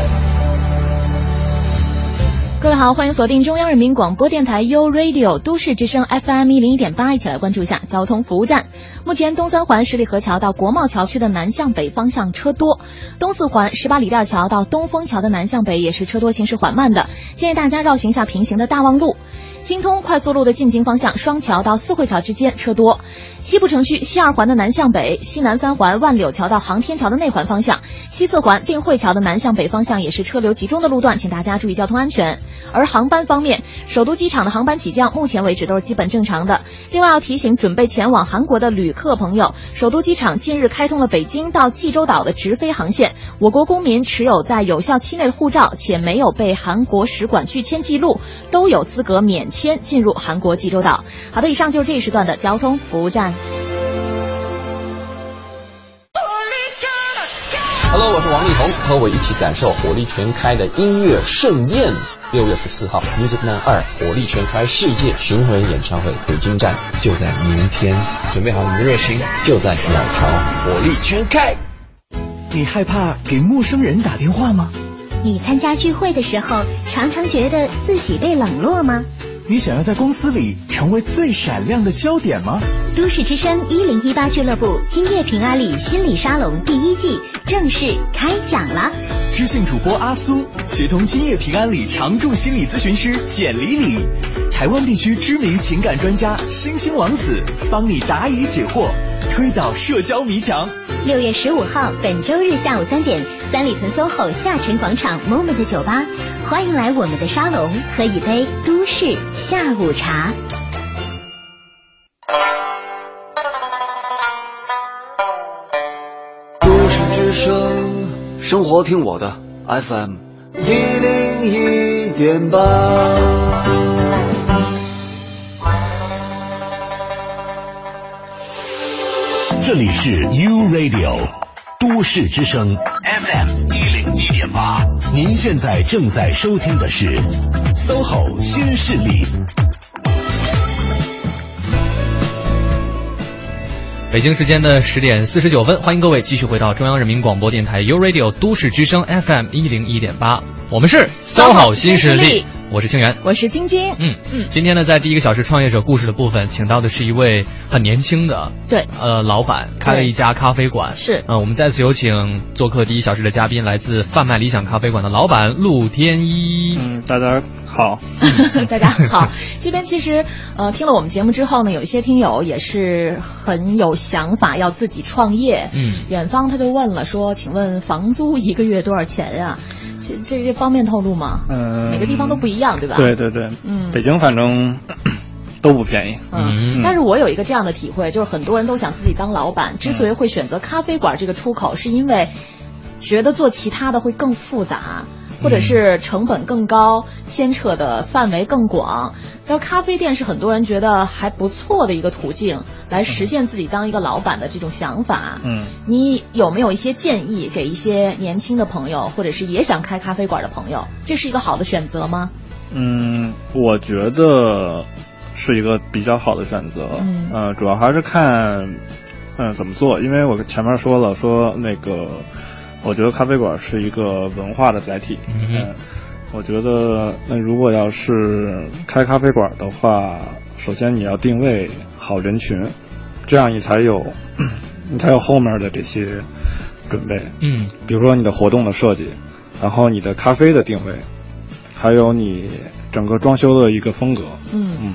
A: 各位好，欢迎锁定中央人民广播电台 u Radio 都市之声 FM 一零一点八，一起来关注一下交通服务站。目前东三环十里河桥到国贸桥区的南向北方向车多，东四环十八里店桥到东风桥的南向北也是车多，行驶缓慢的，建议大家绕行一下平行的大望路。京通快速路的进京方向，双桥到四惠桥之间车多；西部城区西二环的南向北，西南三环万柳桥到航天桥的内环方向，西四环定慧桥的南向北方向也是车流集中的路段，请大家注意交通安全。而航班方面，首都机场的航班起降目前为止都是基本正常的。另外要提醒准备前往韩国的旅客朋友，首都机场近日开通了北京到济州岛的直飞航线，我国公民持有在有效期内的护照且没有被韩国使馆拒签记录，都有资格免签进入韩国济州岛。好的，以上就是这一时段的交通服务站。
P: Hello，我是王力宏，和我一起感受火力全开的音乐盛宴。六月十四号，Music Man 二火力全开世界巡回演唱会北京站就在明天，准备好你的热情，就在鸟巢，火力全开。
Q: 你害怕给陌生人打电话吗？
L: 你参加聚会的时候，常常觉得自己被冷落吗？
Q: 你想要在公司里成为最闪亮的焦点吗？
L: 都市之声一零一八俱乐部今夜平阿里心理沙龙第一季正式开讲了。
Q: 知性主播阿苏协同今夜平安里常驻心理咨询师简李李，台湾地区知名情感专家星星王子，帮你答疑解惑，推倒社交迷墙。
L: 六月十五号，本周日下午三点，三里屯 SOHO 下沉广场 Moment 酒吧，欢迎来我们的沙龙，喝一杯都市下午茶。
R: 都市之声，生活听我的 FM 一零一点八。
E: 这里是 U Radio 都市之声 FM 一零一点八，您现在正在收听的是 SOHO 新势力。
B: 北京时间的十点四十九分，欢迎各位继续回到中央人民广播电台 u Radio 都市之声 FM 一零一点八，我们是 SOHO 新
A: 新
B: 势
A: 势力
B: 力。我是清源，
A: 我是晶晶。
B: 嗯
A: 嗯，
B: 今天呢，在第一个小时创业者故事的部分，请到的是一位很年轻的
A: 对
B: 呃老板，开了一家咖啡馆。
A: 是
B: 呃，我们再次有请做客第一小时的嘉宾，来自贩卖理想咖啡馆的老板陆天一。
C: 嗯，大家好。
A: 大家好，这边其实呃听了我们节目之后呢，有一些听友也是很有想法，要自己创业。
B: 嗯，
A: 远方他就问了说，请问房租一个月多少钱呀、这这这方便透露吗？
C: 嗯，
A: 每个地方都不一样，对吧？
C: 对对对，
A: 嗯
C: 北京反正 都不便宜。
A: 嗯但是我有一个这样的体会，就是很多人都想自己当老板，之所以会选择咖啡馆这个出口，是因为觉得做其他的会更复杂，或者是成本更高，牵扯的范围更广。然后咖啡店是很多人觉得还不错的一个途径，来实现自己当一个老板的这种想法。
C: 嗯，
A: 你有没有一些建议给一些年轻的朋友，或者是也想开咖啡馆的朋友？这是一个好的选择吗？
C: 嗯，我觉得是一个比较好的选择。
A: 嗯
C: 呃，主要还是看，嗯、怎么做。因为我前面说了，说那个，我觉得咖啡馆是一个文化的载体。
B: 嗯哼
C: 呃我觉得，那如果要是开咖啡馆的话，首先你要定位好人群，这样你才有， 你才有后面的这些准备。
B: 嗯，
C: 比如说你的活动的设计，然后你的咖啡的定位，还有你整个装修的一个风格，
A: 嗯
C: 嗯，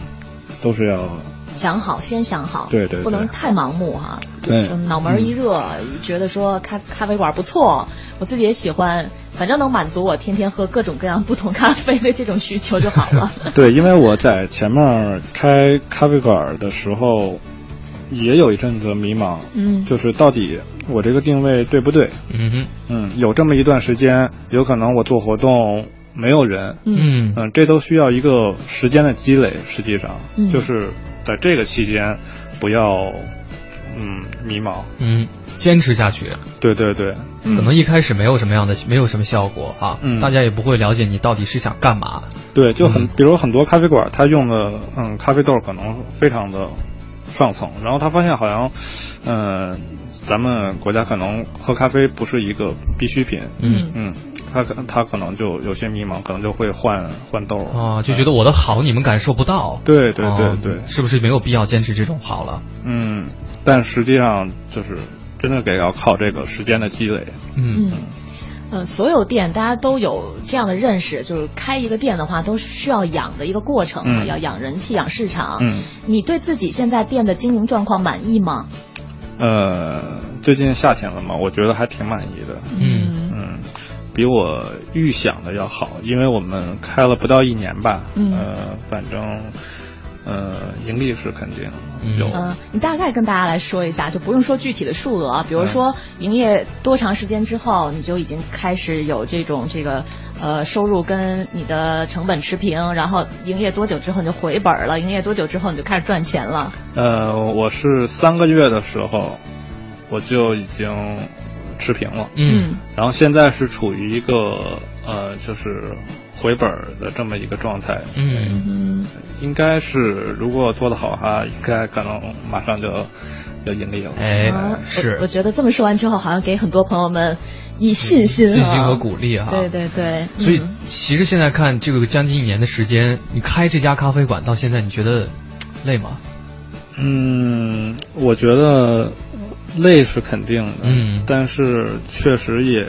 C: 都是要
A: 想好，先想好，
C: 对对对
A: 不能太盲目哈、
C: 对
A: 就脑门儿一热，觉得说咖咖啡馆不错，我自己也喜欢，反正能满足我天天喝各种各样不同咖啡的这种需求就好 了。
C: 对，因为我在前面开咖啡馆的时候，也有一阵子迷茫，
A: 嗯
C: 就是到底我这个定位对不对？
B: 嗯哼，
C: 嗯，有这么一段时间，有可能我做活动没有人，
B: 嗯
C: 嗯，这都需要一个时间的积累。实际上，
B: 嗯
C: 就是在这个期间，不要嗯迷茫。
B: 嗯，坚持下去。
C: 对对对，
B: 可能一开始没有什么样的，没有什么效果啊，
C: 嗯
B: 大家也不会了解你到底是想干嘛。
C: 对，就
B: 嗯
C: 很，比如很多咖啡馆，它用的嗯咖啡豆可能非常的上层，然后他发现好像，嗯、咱们国家可能喝咖啡不是一个必需品，
B: 嗯
C: 嗯，他可他可能就有些迷茫，可能就会换换豆儿
B: 啊，就觉得我的好你们感受不到，
C: 对对对
B: 啊
C: 对
B: 是不是没有必要坚持这种好了？
C: 嗯，但实际上就是真的得要靠这个时间的积累，
B: 嗯
A: 呃，所有店大家都有这样的认识，就是开一个店的话，都是需要养的一个过程啊，
C: 嗯
A: 要养人气、养市场。
C: 嗯，
A: 你对自己现在店的经营状况满意吗？
C: 呃，最近夏天了嘛，我觉得还挺满意的。
A: 嗯
C: 嗯，比我预想的要好，因为我们开了不到一年吧。
A: 嗯
C: 呃，反正呃，盈利是肯定有。
A: 嗯，你大概跟大家来说一下，就不用说具体的数
C: 嗯
A: 额，啊比如说营业多长时间之后，你就已经开始有这种这个呃收入跟你的成本持平，然后营业多久之后你就回本了，营业多久之后你就开始赚钱了。
C: 呃，我是三个月的时候，我就已经持平了。
B: 嗯，
C: 然后现在是处于一个呃，就是回本儿的这么一个状态。
B: 嗯
A: 嗯，
C: 应该是如果做得好哈，应该可能马上就要盈利了。
B: 哎
A: 啊我，我觉得这么说完之后，好像给很多朋友们以信心、啊、
B: 信心和鼓励哈
A: 对对对，
B: 所以
A: 嗯
B: 其实现在看这个将近一年的时间，你开这家咖啡馆到现在，你觉得嘖累吗？
C: 嗯，我觉得累是肯定的，
B: 嗯
C: 但是确实也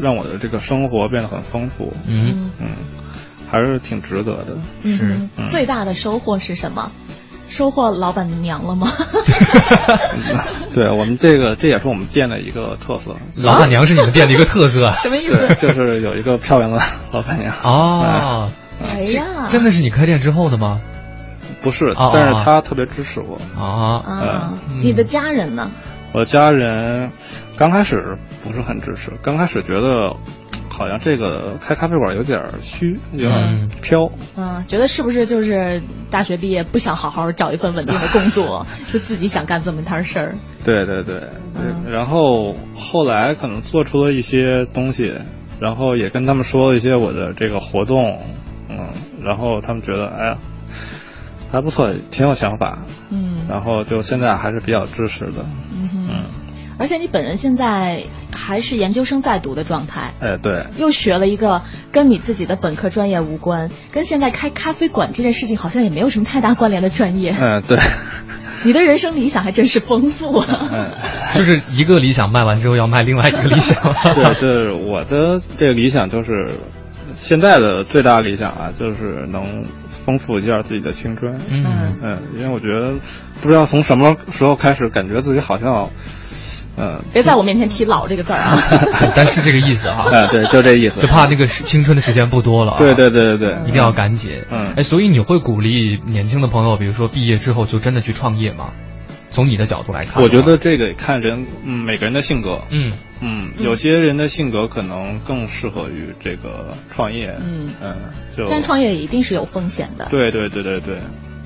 C: 让我的这个生活变得很丰富，
B: 嗯
C: 嗯，还是挺值得的。
A: 嗯哼
C: 嗯
A: 最大的收获是什么？收获老板娘了 吗？
C: 对我们这个，这也是我们店的一个特色。
B: 老板娘是你们店的一个特色
A: 什么意
C: 对，就是有一个漂亮的老板娘。
B: 哦，
A: 哎呀，
B: 真的是你开店之后的吗？
C: 不是
B: 哦，
C: 但
B: 哦
C: 是她特别支持我。
B: 啊，
A: 啊，你的家人呢？
C: 我家人刚开始不是很支持，刚开始觉得好像这个开咖啡馆有点虚，有点飘。
A: 嗯，觉得是不是就是大学毕业不想好好找一份稳定的工 作，就自己想干这么一摊事儿？
C: 对对对对、然后后来可能做出了一些东西，然后也跟他们说了一些我的这个活动，嗯，然后他们觉得哎呀还不错，挺有想法，
A: 嗯
C: 然后就现在还是比较支持的。
A: 嗯嗯哼。而且你本人现在还是研究生在读的状态，
C: 哎，对，
A: 又学了一个跟你自己的本科专业无关，跟现在开咖啡馆这件事情好像也没有什么太大关联的专业。
C: 嗯，对，
A: 你的人生理想还真是丰富 啊！
B: 嗯
C: 哎
B: 就是一个理想卖完之后要卖另外一个理想。
C: 对，就是我的这个理想就是现在的最大理想啊，就是能丰富一下自己的青春。
B: 嗯
C: 嗯，因为我觉得不知道从什么时候开始，感觉自己好像。嗯，
A: 别在我面前提“老”这个字儿啊！
B: 但是这个意 思哈，
C: 嗯，对，就这意思，
B: 就怕那个时青春的时间不多了、啊。
C: 对对对对对，
B: 一定要赶紧。
C: 嗯，
B: 哎，所以你会鼓励年轻的朋友，比如说毕业之后就真的去创业吗？从你的角度来看，
C: 我觉得这个看人，嗯，每个人的性格，
B: 嗯
C: 嗯，有些人的性格可能更适合于这个创业，
A: 嗯
C: 嗯，就
A: 但创业一定是有风险的。
C: 对对对对对。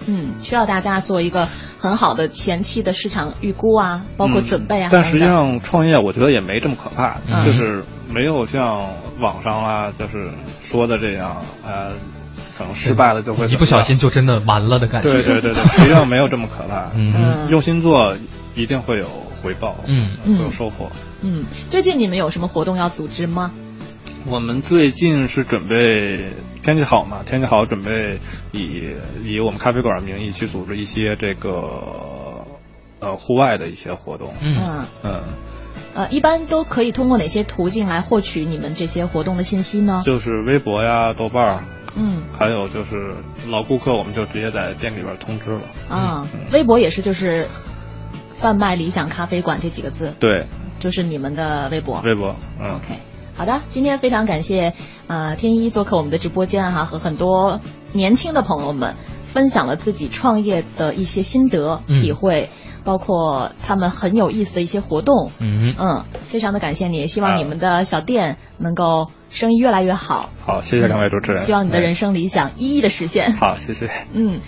A: 嗯，需要大家做一个很好的前期的市场预估啊，包括准备啊。
C: 嗯、但实际上，创业我觉得也没这么可怕，
A: 嗯、
C: 就是没有像网上啊，就是说的这样，呃，可能失败了就会
B: 一不小心就真的完了的感觉。
C: 对对 对对，实际上没有这么可怕。
B: 嗯，
C: 用心做一定会有回报，
B: 嗯，
C: 会有收获。
A: 嗯，最近你们有什么活动要组织吗？
C: 我们最近是准备天气好嘛？天气好，准备以以我们咖啡馆的名义去组织一些这个呃户外的一些活动。
B: 嗯
C: 嗯，
A: 呃，一般都可以通过哪些途径来获取你们这些活动的信息呢？
C: 就是微博呀、豆瓣儿。啊
A: 嗯，
C: 还有就是老顾客，我们就直接在店里边通知了。
A: 啊，微博也是就是贩卖理想咖啡馆这几个字。
C: 对，
A: 就是你们的微博。
C: 微博。嗯
A: OK。好的，今天非常感谢呃天一做客我们的直播间哈、和很多年轻的朋友们分享了自己创业的一些心得、
B: 嗯
A: 体会，包括他们很有意思的一些活动。
B: 嗯啊
A: 嗯，非常的感谢你，希望你们的小店能够生意越来越好，
C: 好，谢谢两位主持人。哎
A: 希望你的人生理想一一的实现。
C: 嗯。好，谢谢。
A: 嗯。